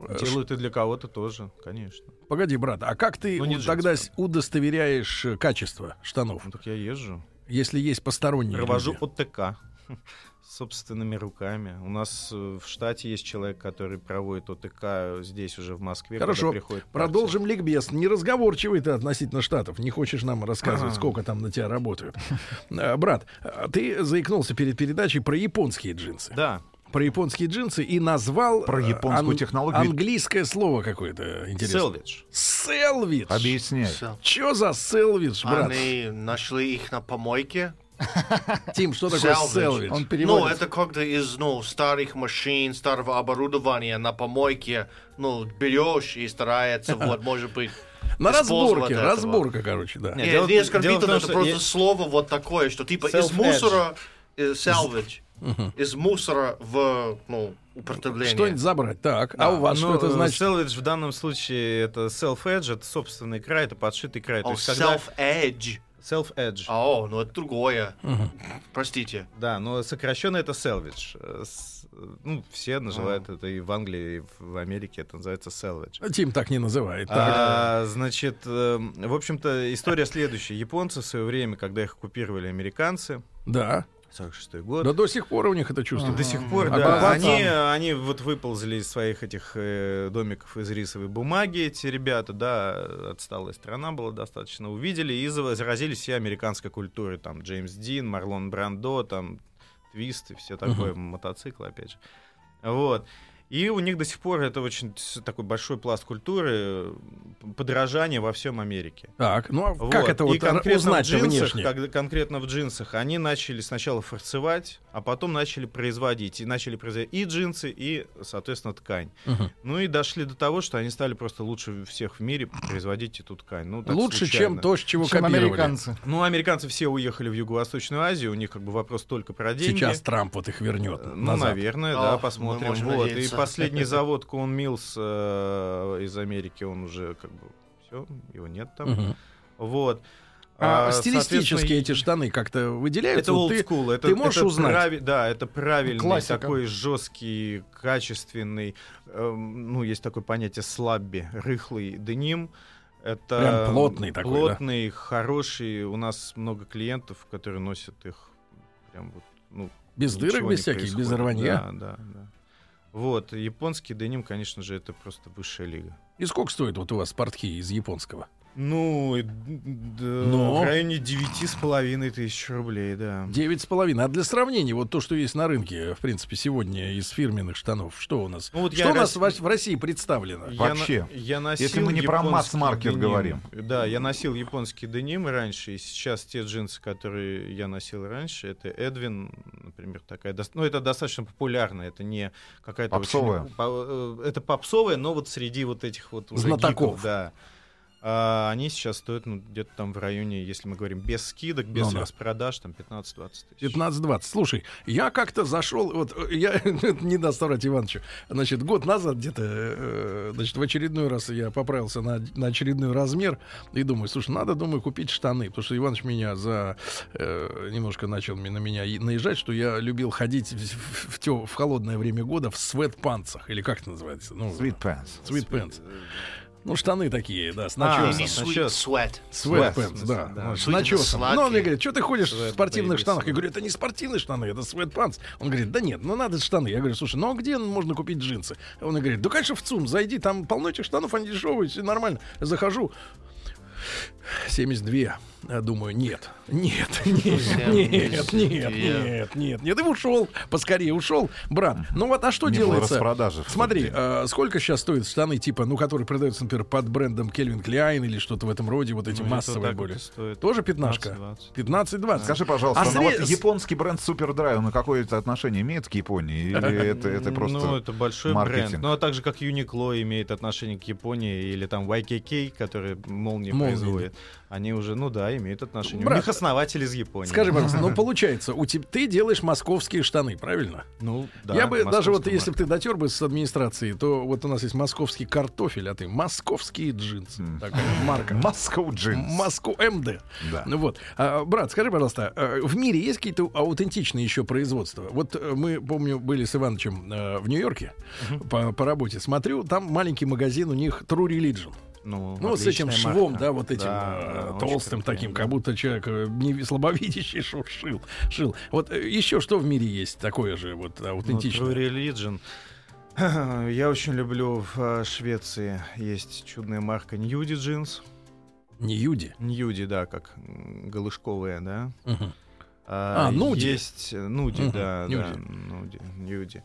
S2: Э,
S5: делают и для кого-то тоже, конечно.
S2: ш- Погоди, брат, а как ты
S5: Ну, не
S2: у- тогда
S5: джинсы,
S2: с- удостоверяешь э, качество штанов,
S5: Ну, так я езжу,
S2: если есть посторонние?
S5: провожу
S2: люди?
S5: ОТК (laughs) собственными руками. У нас э, в штате есть человек, который проводит ОТК здесь уже в Москве. когда
S2: Хорошо,
S5: приходит партия.
S2: Продолжим ликбез. Неразговорчивый ты относительно штатов. Не хочешь нам рассказывать,
S5: Ага.
S2: сколько там на тебя работают. Э, Брат, э, ты заикнулся перед передачей про японские джинсы.
S5: Да,
S2: Про японские джинсы и назвал...
S3: Про
S2: э,
S3: японскую
S2: ан-
S3: технологию.
S2: Английское слово какое-то интересное.
S5: Селвидж.
S2: Селвидж.
S3: Объясняй.
S6: Всё.
S2: Чё за
S6: А,
S2: селвидж, брат?
S6: Они нашли их на помойке.
S2: Тим, что такое
S6: Salvage.
S2: селвидж?
S4: Он
S6: Ну,
S4: переводит.
S6: это когда из ну, старых машин, старого оборудования на помойке, ну, берешь и
S2: (laughs)
S6: старается, вот, может быть.
S2: На
S6: использовать
S2: разборке,
S6: это,
S2: разборка, короче, да.
S5: Нет,
S6: Не,
S5: дело-
S6: не оскорбительно,
S5: дело в том,
S6: это
S5: что
S6: просто
S5: я-
S6: слово вот такое, что типа из
S5: Self-edge.
S6: мусора, э, salvage, из мусора в ну, употребление.
S2: Что-нибудь забрать. Так, а у вас
S5: Ну,
S2: что это
S5: э,
S2: значит?
S5: Селвидж в данном случае это self-edge, это собственный край, это подшитый край.
S6: О,
S5: То есть когда
S6: self-edge.
S5: self-edge.
S6: А, О, ну это другое. Простите.
S5: Да, но сокращенно это селвидж. Э, с- э, Ну, все называют
S2: А.
S5: это и в Англии, и в- в Америке это называется селвидж.
S2: Тим так не называет. Так.
S5: А, значит, эм, в общем-то, история следующая. Японцы в свое время, когда их оккупировали американцы,
S2: Да.
S5: 46 год,
S2: Да до сих пор у них это чувство.
S5: до сих пор,
S2: А
S5: да,
S2: баба
S5: они, они вот выползли из своих этих э, домиков из рисовой бумаги, эти ребята, да, отсталая страна была достаточно, увидели и за- заразились всей американской культурой, там, Джеймс Дин, Марлон Брандо, там, Твист и все такое, мотоциклы, опять же. Вот. И у них до сих пор это очень с- такой большой пласт культуры, э, подражание во всем Америке.
S2: Так, ну а
S5: Вот.
S2: как это
S5: и
S2: вот
S5: конкретно
S2: узнать
S5: в джинсах,
S2: внешне?
S5: когда- конкретно в джинсах, они начали сначала форсовать, а потом начали производить. И начали производить и джинсы, и, соответственно, ткань.
S2: Мгм.
S5: Ну и дошли до того, что они стали просто лучше всех в мире производить эту ткань. Ну, так
S2: Лучше, чем
S5: случайно.
S2: то, с чего
S4: Чем
S2: копировали.
S4: американцы.
S5: Ну, американцы все уехали в Юго-Восточную Азию, у них как бы вопрос только про деньги.
S2: Сейчас Трамп вот их вернет.
S5: Э, Ну,
S2: назад.
S5: наверное,
S6: О,
S5: да,
S6: мы
S5: посмотрим.
S6: можем
S5: Вот. И
S6: надеяться.
S5: последний завод Коун Милс э, из Америки, он уже как бы все, его нет там.
S2: Мгм.
S5: Вот.
S2: А,
S5: А,
S2: стилистически
S5: соответственно,
S2: эти штаны как-то выделяются?
S5: это
S2: Вот Э,
S5: old
S2: ну ты-
S5: school, это,
S2: ты можешь
S5: это
S2: узнать?
S5: прави- да, это правильный
S4: Классика.
S5: такой жесткий, качественный, эм, ну есть такое понятие слабби, рыхлый деним. Это
S2: Прям плотный такой, да?
S5: Плотный, хороший. У нас много клиентов, которые носят их прям вот, ну,
S2: Без
S5: ничего
S2: дырок,
S5: не
S2: без всяких, без
S5: происходит.
S2: рванья.
S5: Да, да, да. Вот, японский деним, конечно же, это просто высшая лига.
S2: И сколько стоит вот у вас портки из японского?
S5: Ну, и д- д-
S2: Но.
S5: в районе девяти с половиной тысяч рублей, да.
S2: Девять с половиной. А для сравнения, вот то, что есть на рынке, в принципе, сегодня из фирменных штанов, что у нас?
S5: Ну, вот
S2: что
S5: я
S2: у нас
S5: рас-
S2: во- в России представлено?
S5: Я
S3: Вообще,
S5: на- я носил
S3: если мы не про
S5: японский
S3: масс-маркет
S5: деним.
S3: говорим.
S5: Да, я носил японский деним раньше, и сейчас те джинсы, которые я носил раньше, это Эдвин, например, такая. дос- Ну, это достаточно популярно, это не какая-то... очень-
S3: Попсовая.
S5: по- э, это попсовая, но вот среди вот этих вот... уже
S2: Знатоков.
S5: гиков, да. А они сейчас стоят ну, где-то там в районе, если мы говорим без скидок, без
S2: Ну да.
S5: распродаж, там 15-20 тысяч.
S2: 15-20. Слушай, я как-то зашел, вот э, я (laughs) не даст соврать Ивановичу, значит, год назад где-то, э, значит, в очередной раз я поправился на, на очередной размер и думаю, слушай, надо, думаю, купить штаны, потому что Иванович меня за, э, немножко начал ми- на меня и- наезжать, что я любил ходить в, в- в тё- в холодное время года в свет-панцах, или как это называется? Ну,
S3: Sweet pants.
S2: sweet pants. Ну, штаны такие, да, с
S5: э, А,
S6: Не
S2: начесом.
S5: с
S6: sweet
S5: начесом.
S6: sweat.
S2: Sweatpants,
S5: Sweatpants,
S2: да.
S5: да.
S2: Ну, С
S6: Судя по
S2: начесом.
S6: сладким.
S2: Но он мне говорит, что ты ходишь в
S5: Sweat
S2: спортивных
S5: baby,
S2: штанах? Я
S5: sweat.
S2: говорю, это не спортивные штаны, это sweatpants. Он говорит, да нет, ну надо штаны. Я говорю, слушай, ну а где можно купить джинсы? Он мне говорит, да конечно в ЦУМ, зайди, там полно этих штанов, они дешевые, все нормально. Захожу, 72. Я думаю, нет, нет, нет, нет, нет,
S6: 72.
S2: нет, нет, нет. И ушел, поскорее ушел, брат. Ну вот, а что
S3: Не было
S2: делается?
S3: распродажи в тот
S2: Смотри,
S3: день.
S2: а, сколько сейчас стоят штаны типа, ну, которые продаются, например, под брендом Кельвин Кляйн или что-то в этом роде, вот эти
S5: Ну, это так
S2: массовые
S5: вот типа,
S2: были?
S5: и стоит.
S2: Тоже пятнашка?
S5: 15-20.
S2: 15-20.
S3: Скажи, пожалуйста,
S2: А
S3: ну
S2: сред-
S3: вот японский бренд Супердрайв, он какое-то отношение имеет к
S2: (laughs)
S3: Японии? Или это, это просто...
S5: Ну, это большой
S3: маркетинг?
S5: бренд. Ну, а также как Uniqlo имеет отношение к Японии, или там YKK, который молнии
S2: Молнии,
S5: производит. Они уже, ну да, имеют отношение.
S2: Брат,
S5: У них основатель из Японии.
S2: Скажи, пожалуйста,
S5: (laughs)
S2: ну получается, у тебя ты делаешь московские штаны, правильно?
S5: ну, да,
S2: Я бы даже вот,
S5: московская
S2: если бы
S5: марка.
S2: ты дотер бы с администрацией, то вот у нас есть московский картофель, а ты московские джинсы.
S3: М.
S2: Такая
S5: (laughs)
S2: марка.
S3: Moscow Jeans.
S2: Москву МД.
S3: Да.
S2: Ну вот. А, брат, скажи, пожалуйста, а, в мире есть какие-то аутентичные еще производства? Вот э, мы, помню, были с Ивановичем э, в Нью-Йорке по, по работе. Смотрю, там маленький магазин у них True Religion.
S5: Ну,
S2: Ну, вот с этим
S5: отличная
S2: швом,
S5: марка.
S2: да, вот этим
S5: Да, да,
S2: э,
S5: очень
S2: толстым
S5: крутая, Ну,
S2: таким,
S5: да.
S2: как будто человек э, не слабовидящий (laughs) шо- шил, шил. Вот э, еще что в мире есть такое же вот
S5: Ну, True
S2: аутентичное?
S5: Religion. (clears throat) Я очень люблю в э, Швеции есть чудная марка Nudie Jeans.
S2: не юди.
S5: Ньюди, да, как м, голышковые, да.
S2: Мгм. А, нуди.
S5: Есть э, нуди,
S2: Мгм,
S5: да,
S2: нюди.
S5: да, нуди, нюди.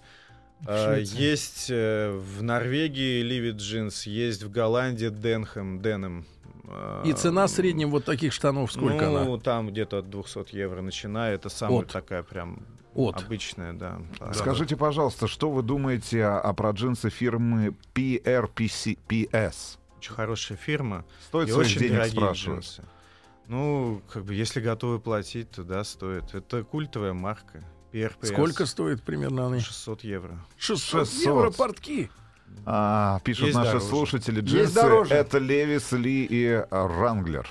S5: А, есть э, в Норвегии Ливи Джинс, есть в Голландии Денхэм, Денем. А,
S2: И цена в среднем вот таких штанов сколько
S5: ну,
S2: она?
S5: там где-то от 200 евро начиная. Это самая
S2: От.
S5: такая прям
S2: От.
S5: обычная, да. да.
S3: Скажите, пожалуйста, что вы думаете о, о- про джинсы фирмы PRPCPS?
S5: Очень хорошая фирма.
S3: Стоит
S5: И
S3: своих денег
S5: дорогие
S3: спрашивать?
S5: джинсы. Ну, как бы, если готовы платить, то да, стоит. Это культовая марка. PRPS.
S2: Сколько стоит примерно они?
S5: 600 евро.
S2: 600
S3: 600.
S2: евро портки.
S3: А, пишут
S5: Есть
S3: наши
S5: дороже.
S3: слушатели,
S2: Есть
S3: джинсы
S2: дороже.
S3: это Левис Ли и Ранглер.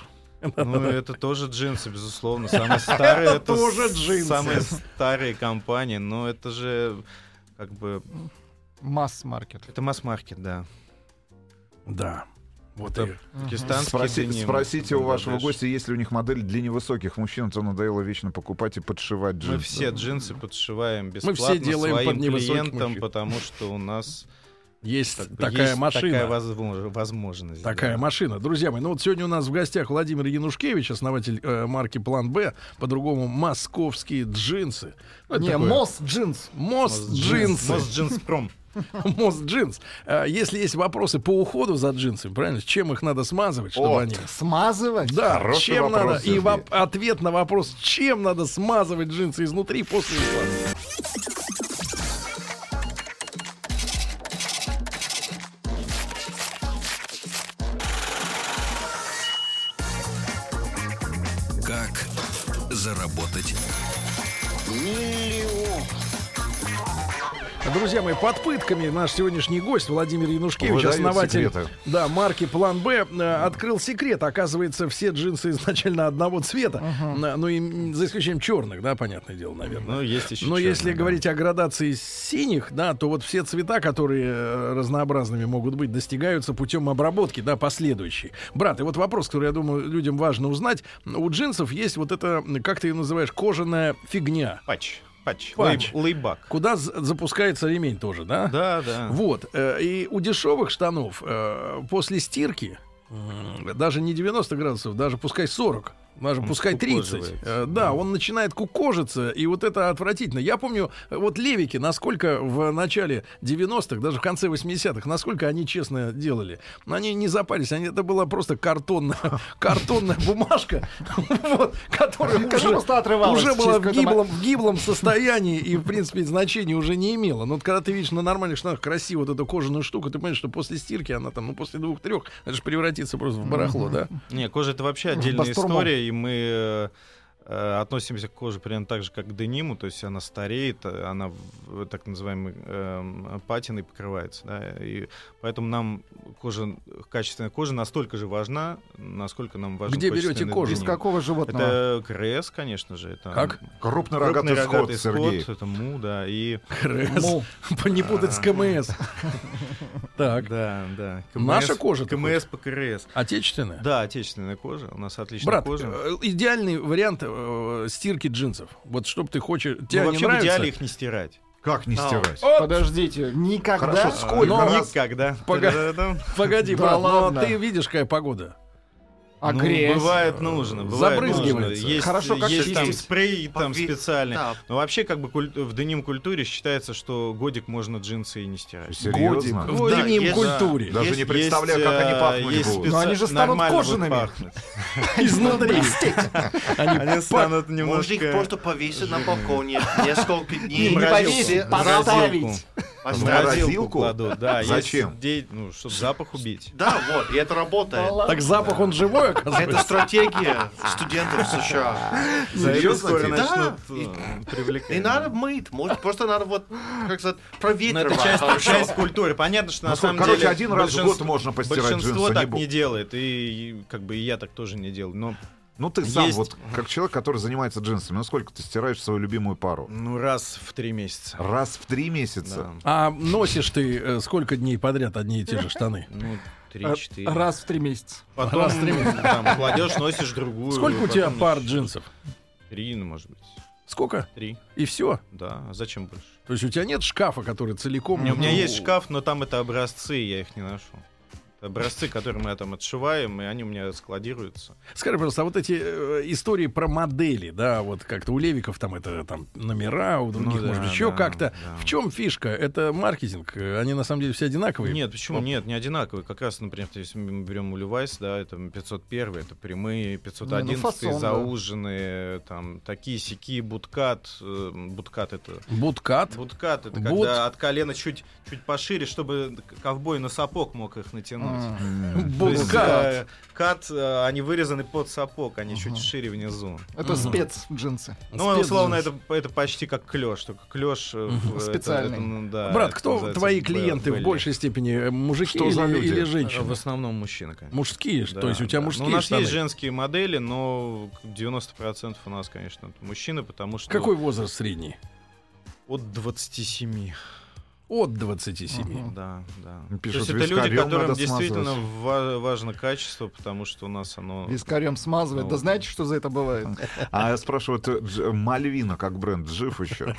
S5: Ну, это тоже джинсы, безусловно. Самые старые. Это
S2: тоже
S5: с-
S2: джинсы.
S5: Самые старые компании, но это же как бы...
S4: Масс-маркет.
S5: Это масс-маркет, да.
S2: Да. Вот
S5: Это
S2: и-
S5: Пакистанский
S3: Спроси-
S5: деним,
S3: спросите у вашего
S5: Бангладеш.
S3: гостя, есть ли у них модель для невысоких мужчин, то надоело вечно покупать и подшивать джинсы.
S5: Мы все джинсы подшиваем
S2: все
S5: бесплатно
S2: делаем под
S5: своим
S2: невысоких
S5: клиентам,
S2: мужчин.
S5: потому что у нас
S2: есть
S5: как бы,
S2: такая
S5: есть
S2: машина.
S5: такая возможно- возможность.
S2: Такая
S5: да.
S2: машина. Друзья мои, ну вот сегодня у нас в гостях Владимир Янушкевич, основатель э, марки План Б, по-другому московские джинсы. Ну, это
S4: Не,
S2: такое-
S4: Мос Джинс.
S2: Мост джинсы.
S5: Мост джинс пром.
S2: (laughs) Мост джинс. А, Если есть вопросы по уходу за джинсами, правильно? Чем их надо смазывать, чтобы
S3: О,
S2: они...
S4: Смазывать?
S2: Да,
S3: хороший
S2: чем
S3: вопрос,
S2: надо... И
S3: Сергей.
S2: воп- ответ на вопрос, чем надо смазывать джинсы изнутри после укладки.
S1: Как заработать?
S2: Друзья мои, под пытками наш сегодняшний гость Владимир Янушкевич,
S3: Выдает
S2: основатель
S3: секреты.
S2: да, марки План Б, э, открыл секрет. Оказывается, все джинсы изначально одного цвета. На- Ну, и м, за исключением черных, да, понятное дело, наверное.
S5: Ну, есть еще.
S2: Но
S5: чёрный,
S2: если
S5: да.
S2: говорить о градации синих, да, то вот все цвета, которые э, разнообразными могут быть, достигаются путем обработки, да, последующей. Брат, и вот вопрос, который, я думаю, людям важно узнать. У джинсов есть вот это, м, как ты ее называешь, кожаная фигня.
S5: Патч. Патч.
S2: Патч.
S5: Лейб- лейбак.
S2: Куда з- запускается ремень тоже, да?
S5: Да, да.
S2: Вот. э, И у дешевых штанов э, после стирки м, даже не 90 градусов, даже пускай 40, даже
S5: Он
S2: пускай 30.
S5: скукоживается,
S2: э, Да,
S5: да.
S2: он начинает кукожиться, и вот это отвратительно. Я помню, э, вот левики, насколько в начале 90-х, даже в конце 80-х, насколько они честно делали. Они не запарились, они, это была просто картонная, (laughs) картонная бумажка, (laughs) вот, которая
S4: Которая
S2: уже
S4: просто отрывалась
S2: уже
S4: через
S2: была в
S4: какой-то мо-
S2: гиблом, в гиблом состоянии и, в принципе, значения уже не имела. Но вот когда ты видишь на нормальных штанах красиво вот эту кожаную штуку, ты понимаешь, что после стирки она там, ну, после двух-трех, это же превратится просто в барахло, да?
S5: Не, кожа это вообще отдельная
S4: бастурму.
S5: история, и мы э, э, относимся к коже примерно так же, как к дениму, то есть она стареет, э, она в- так называемой эм, патиной покрывается, да, и поэтому нам кожа, качественная кожа настолько же важна, насколько нам важна
S2: Где берете кожу?
S4: Из какого животного?
S5: Это КРС, конечно же, это
S2: Как?
S3: Крупный
S5: крупный
S3: рогатый сход,
S5: рогатый скот,
S3: Сергей.
S5: это му, да, и
S2: КРС. (laughs) Не путать с
S5: (laughs)
S2: КМС. Так.
S5: да, да.
S2: Наша кожа
S5: КМС по КРС.
S2: Отечественная?
S5: Да, отечественная кожа, у нас отличная
S2: Брат,
S5: кожа. Ну,
S2: э, идеальный вариант э, стирки джинсов. Вот что б ты хочешь...
S5: Ну,
S2: Тебе не
S5: вообще в
S2: нравится?
S5: идеале их не стирать.
S3: Как не
S5: А,
S3: стирать?
S2: Оп!
S4: Подождите, никогда. А,
S3: Хорошо, сколько
S2: Но-
S3: раз?
S5: Никогда.
S2: Пога-
S5: Та-да-да-дам.
S2: (laughs) Погоди,
S4: Да
S2: брат, но
S4: ладно.
S2: ты видишь, какая погода.
S4: А
S5: Ну,
S4: грязь? (laughs)
S5: бывает нужно, бывает нужно.
S2: Забрызгивается.
S5: Есть,
S4: Хорошо, как
S5: есть там
S4: чистить?
S5: спрей там
S6: Пове-
S5: специальный.
S6: Да.
S5: Но вообще как бы куль- в деним культуре считается, что годик можно джинсы и не стирать.
S3: Серьезно?
S2: В
S5: Да,
S2: деним
S5: есть-
S2: культуре.
S3: Даже не представляю, как они
S5: э,
S3: пахнуть
S5: есть
S3: будут.
S5: специ-
S4: Но они же станут
S5: нормально будут
S4: кожаными.
S5: пахнуть.
S2: Изнутри.
S5: Они станут
S6: Мужик
S5: немножко...
S6: просто повесит на балконе несколько
S4: Не,
S6: дней.
S4: не
S5: морозилку.
S4: повесит,
S5: В
S4: поставить.
S5: морозилку. В
S6: Поставить.
S5: морозилку
S3: морозилку?
S5: кладут, да. есть
S3: Зачем?
S5: де- Ну, чтобы запах убить.
S6: Да, вот, и это работает.
S2: Так запах он
S5: (laughs)
S2: живой,
S6: Это
S2: оказывается.
S6: стратегия студентов США.
S5: За это
S3: Серьезно,
S5: скоро
S3: Дим?
S5: начнут
S6: Да.
S5: э, привлекать.
S6: Не надо мыть, может, просто надо вот, как
S5: Но
S6: сказать,
S5: Ну, это
S6: проветривать.
S5: часть,
S6: хорошо.
S5: часть культуры. Понятно, что на
S3: Ну,
S5: самом
S3: короче,
S5: деле...
S3: один раз в год
S5: большинство-
S3: можно постирать
S5: Большинство
S3: джинсы,
S5: так
S3: не бу-
S5: не делает, и, и как бы и я так тоже не делаю. Но
S3: Ну ты сам
S5: Есть.
S3: вот как человек, который занимается джинсами, ну сколько ты стираешь свою любимую пару?
S5: ну раз в три месяца.
S3: Раз в три месяца.
S5: Да.
S2: А носишь ты э, сколько дней подряд одни и те же штаны?
S5: Ну, три-четыре.
S4: А, Раз в три месяца.
S5: Потом
S2: А, раз в три
S5: там, кладешь, носишь другую.
S2: Сколько у
S5: потом
S2: тебя
S5: носишь.
S2: пар джинсов?
S5: Три, ну, может быть.
S2: Сколько?
S5: Три,
S2: И все.
S5: да. А Зачем больше?
S2: То есть у тебя нет шкафа, который целиком...
S5: Не, у меня
S2: Ну,
S5: есть шкаф, но там это образцы, я их не ношу. Это Образцы, которые мы там отшиваем, и они у меня складируются.
S2: Скажи, пожалуйста, а вот эти э, истории про модели, да, вот как-то у левиков там это там номера, у других,
S5: Ну да,
S2: может быть, еще
S5: да,
S2: как-то.
S5: да.
S2: В чем фишка? Это маркетинг. Э, Они на самом деле все одинаковые.
S5: Нет, почему? Нет, не одинаковые. Как раз, например, если мы берем у Levi's, да, это 501, это
S2: ну,
S5: прямые, 511
S4: фасон, да.
S5: зауженные, там такие сики, буткат. э, Буткат это...
S2: Буткат.
S5: Буткат это
S2: Бут.
S5: когда от колена чуть, чуть пошире, чтобы ковбой на сапог мог их натянуть. То есть,
S2: Буткат.
S5: э, кат, э, они вырезаны под сапог, они чуть шире внизу.
S4: Это спец джинсы.
S5: Ну, условно, это, это почти как клеш, только клеш э,
S4: Специальный.
S5: ну,
S2: Брат, кто твои клиенты в большей степени? э, Мужики
S3: Что за
S2: или,
S3: люди?
S2: или
S5: Э, В
S2: женщины?
S5: основном мужчины, конечно.
S2: Мужские,
S5: Да,
S2: то есть у тебя
S5: да.
S2: мужские
S5: Ну, у нас
S2: штаны.
S5: есть женские модели, но 90% у нас, конечно, мужчины, потому что
S2: Какой возраст средний?
S5: от 27.
S2: От 27.
S5: Да, да.
S3: Пишут,
S5: То есть это люди,
S3: вискарем
S5: которым
S3: надо
S5: действительно ва- важно качество, потому что у нас оно... (laughs)
S4: Вискарем смазывает. Да знаете, что за это бывает?
S3: А я спрашиваю, ты Дж- Мальвина как бренд жив еще?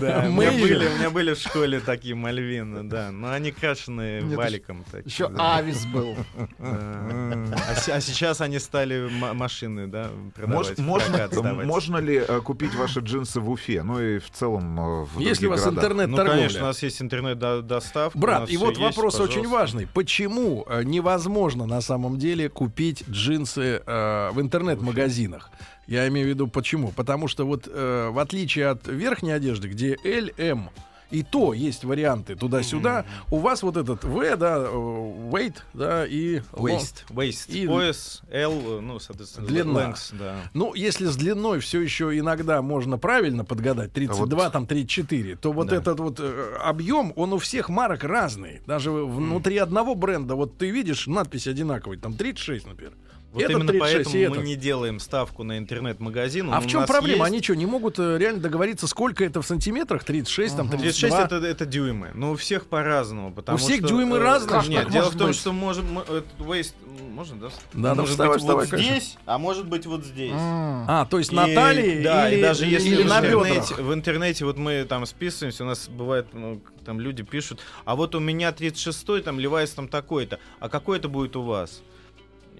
S5: Да, у
S2: Мы
S5: меня были,
S2: же.
S5: у меня были в школе такие мальвины, да. Но они крашены
S4: Нет,
S5: валиком. такие,
S4: Еще
S5: да.
S4: Авис был.
S5: Да. А се- а сейчас они стали м- машины, да,
S3: Мож-
S5: продавать, в
S3: Можно
S5: прокат сдавать.
S3: можно ли э, купить ваши джинсы в Уфе? Ну и в целом э, в
S2: Если
S3: других
S2: у вас
S3: городах?
S5: Ну,
S2: интернет-торговля.
S5: конечно, у нас есть интернет-доставка. у
S2: Брат,
S5: нас
S2: и
S5: всё
S2: вот
S5: есть,
S2: вопрос очень
S5: пожалуйста.
S2: важный. Почему э, невозможно на самом деле купить джинсы э, в интернет-магазинах? Я имею в виду почему? Потому что вот э, в отличие от верхней одежды, где L, M и то есть варианты туда-сюда. У вас вот этот В, да, э, weight, да, и long.
S5: Waist. Waist.
S2: И-
S5: Пояс, L, ну, соответственно,
S2: Длина.
S5: length, да.
S2: Ну, если с длиной все еще иногда можно правильно подгадать, 32, там 34, то вот
S5: А Да.
S2: этот вот объем, он у всех марок разный. Даже внутри одного бренда, вот ты видишь, надпись одинаковая, там 36, например.
S5: Вот
S2: Этот
S5: именно
S2: 36 и
S5: поэтому мы
S2: этот.
S5: не делаем ставку на интернет-магазин.
S2: А
S5: Он
S2: в
S5: у
S2: чем
S5: нас
S2: проблема?
S5: есть.
S2: Они что, не могут э, реально договориться, сколько это в сантиметрах? 36, там 32?
S5: 36 это, это дюймы. Но у всех по-разному. Потому
S2: всех
S5: что,
S2: дюймы
S5: э,
S2: разные? Как
S5: Нет,
S2: так
S5: дело
S2: может
S5: в том,
S2: быть?
S5: что можем. мы- Этот waist, м, Можно, да?
S2: Да, да,
S5: может
S2: вставай,
S5: быть,
S2: вставай,
S5: вот
S2: конечно.
S5: здесь, а может быть, вот здесь.
S4: М.
S2: А, то есть
S5: И-
S2: на талии
S5: да,
S2: или,
S5: и даже если
S2: или
S5: в,
S2: на бедрах?
S5: интернете, в интернете вот мы там списываемся, у нас бывает, ну, к- там люди пишут, а вот у меня 36-й, там Левайс там такой-то, а какой это будет у вас?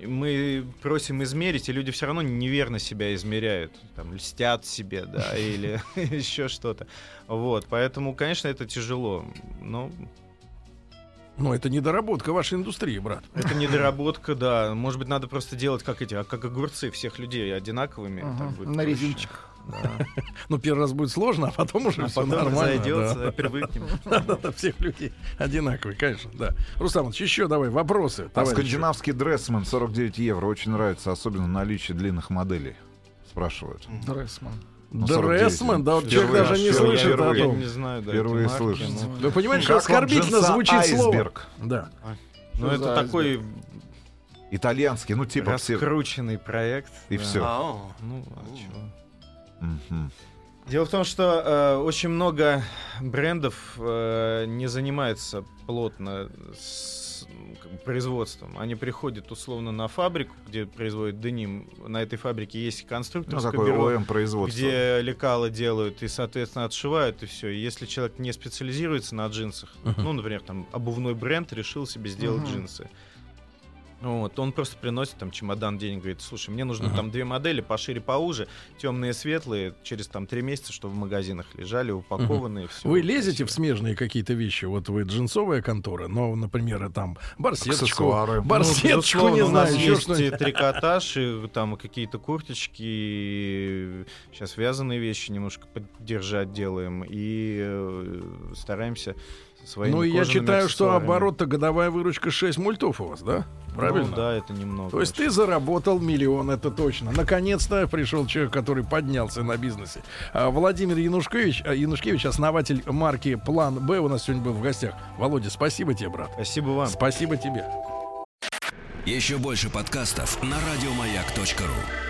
S5: И Мы просим измерить, и люди все равно неверно себя измеряют, там льстят себе,
S2: (laughs)
S5: да, или (laughs) еще что-то. Вот, поэтому, конечно, это тяжело, но
S2: Ну, это недоработка вашей индустрии, брат.
S5: это недоработка, да. Может быть, надо просто делать как эти, а как огурцы всех людей одинаковыми. так
S4: Мгм.
S5: будет
S4: На
S5: проще.
S4: резинчиках.
S2: Ну, первый раз будет сложно, а потом уже
S5: А
S2: все
S5: потом
S2: нормально.
S5: зайдется,
S2: да.
S5: привыкнем.
S2: Да-да-да, всех людей одинаковые, конечно, да. Рустам, еще давай вопросы.
S3: А
S2: товарищи.
S3: скандинавский дрессмен 49 евро очень нравится, особенно наличие длинных моделей. Спрашивают.
S4: Дрессман.
S3: ну, 49.
S2: Дрессман, да, вот человек
S3: Впервые,
S2: даже не
S3: впервые,
S2: слышит о
S3: впервые.
S5: Я
S2: том.
S5: не знаю, да,
S3: Впервые
S5: этой марки,
S3: слышу.
S5: но-
S2: Вы понимаете, что
S3: Как вам
S2: оскорбительно
S3: джинса
S2: звучит слово.
S3: «Айсберг»?
S2: Да.
S5: Ну,
S4: Что
S5: это
S4: за
S5: такой
S3: Итальянский, ну типа все.
S5: раскрученный проект.
S3: И
S5: да.
S3: всё.
S6: Ау.
S5: Ну, а чё?
S3: Мгм. Ну,
S5: Дело в том, что э, очень много брендов э, не занимаются плотно с, м, как бы производством. Они приходят условно на фабрику, где производят деним. На этой фабрике есть
S3: Ну,
S5: конструкторское
S3: такое
S5: бюро,
S3: ОМ производство.
S5: где лекалы делают и, соответственно, отшивают и все. И если человек не специализируется на джинсах, ну, например, там обувной бренд решил себе сделать
S4: Мгм.
S5: джинсы. Вот, он просто приносит там чемодан денег, говорит, слушай, мне нужны
S2: Мгм.
S5: там две модели, пошире, поуже, темные, светлые, через там три месяца, чтобы в магазинах лежали, упакованные, все.
S2: Вы лезете в смежные какие-то вещи. Вот вы джинсовая контора, но, например, там барсеточку,
S3: Аксессуары.
S2: барсеточку, не
S5: у нас
S2: знаю, еще
S5: есть
S2: что-нибудь.
S5: и трикотаж, и там какие-то курточки, сейчас вязаные вещи немножко поддержать делаем, и э, стараемся со своими
S2: Ну, и я
S5: кожаными
S2: считаю, что
S5: аксессуарами.
S2: оборот-то годовая выручка 6 мультов у вас, да?
S5: Ну,
S2: Правильно?
S5: да, это немного.
S2: То есть ты заработал миллион, это точно. Наконец-то пришел человек, который поднялся на бизнесе. А, Владимир Янушкевич, а, Янушкевич, основатель марки План Б, у нас сегодня был в гостях. Володя, спасибо тебе, брат.
S5: Спасибо вам.
S2: Спасибо тебе.
S1: Еще больше подкастов на радиомаяк.ру.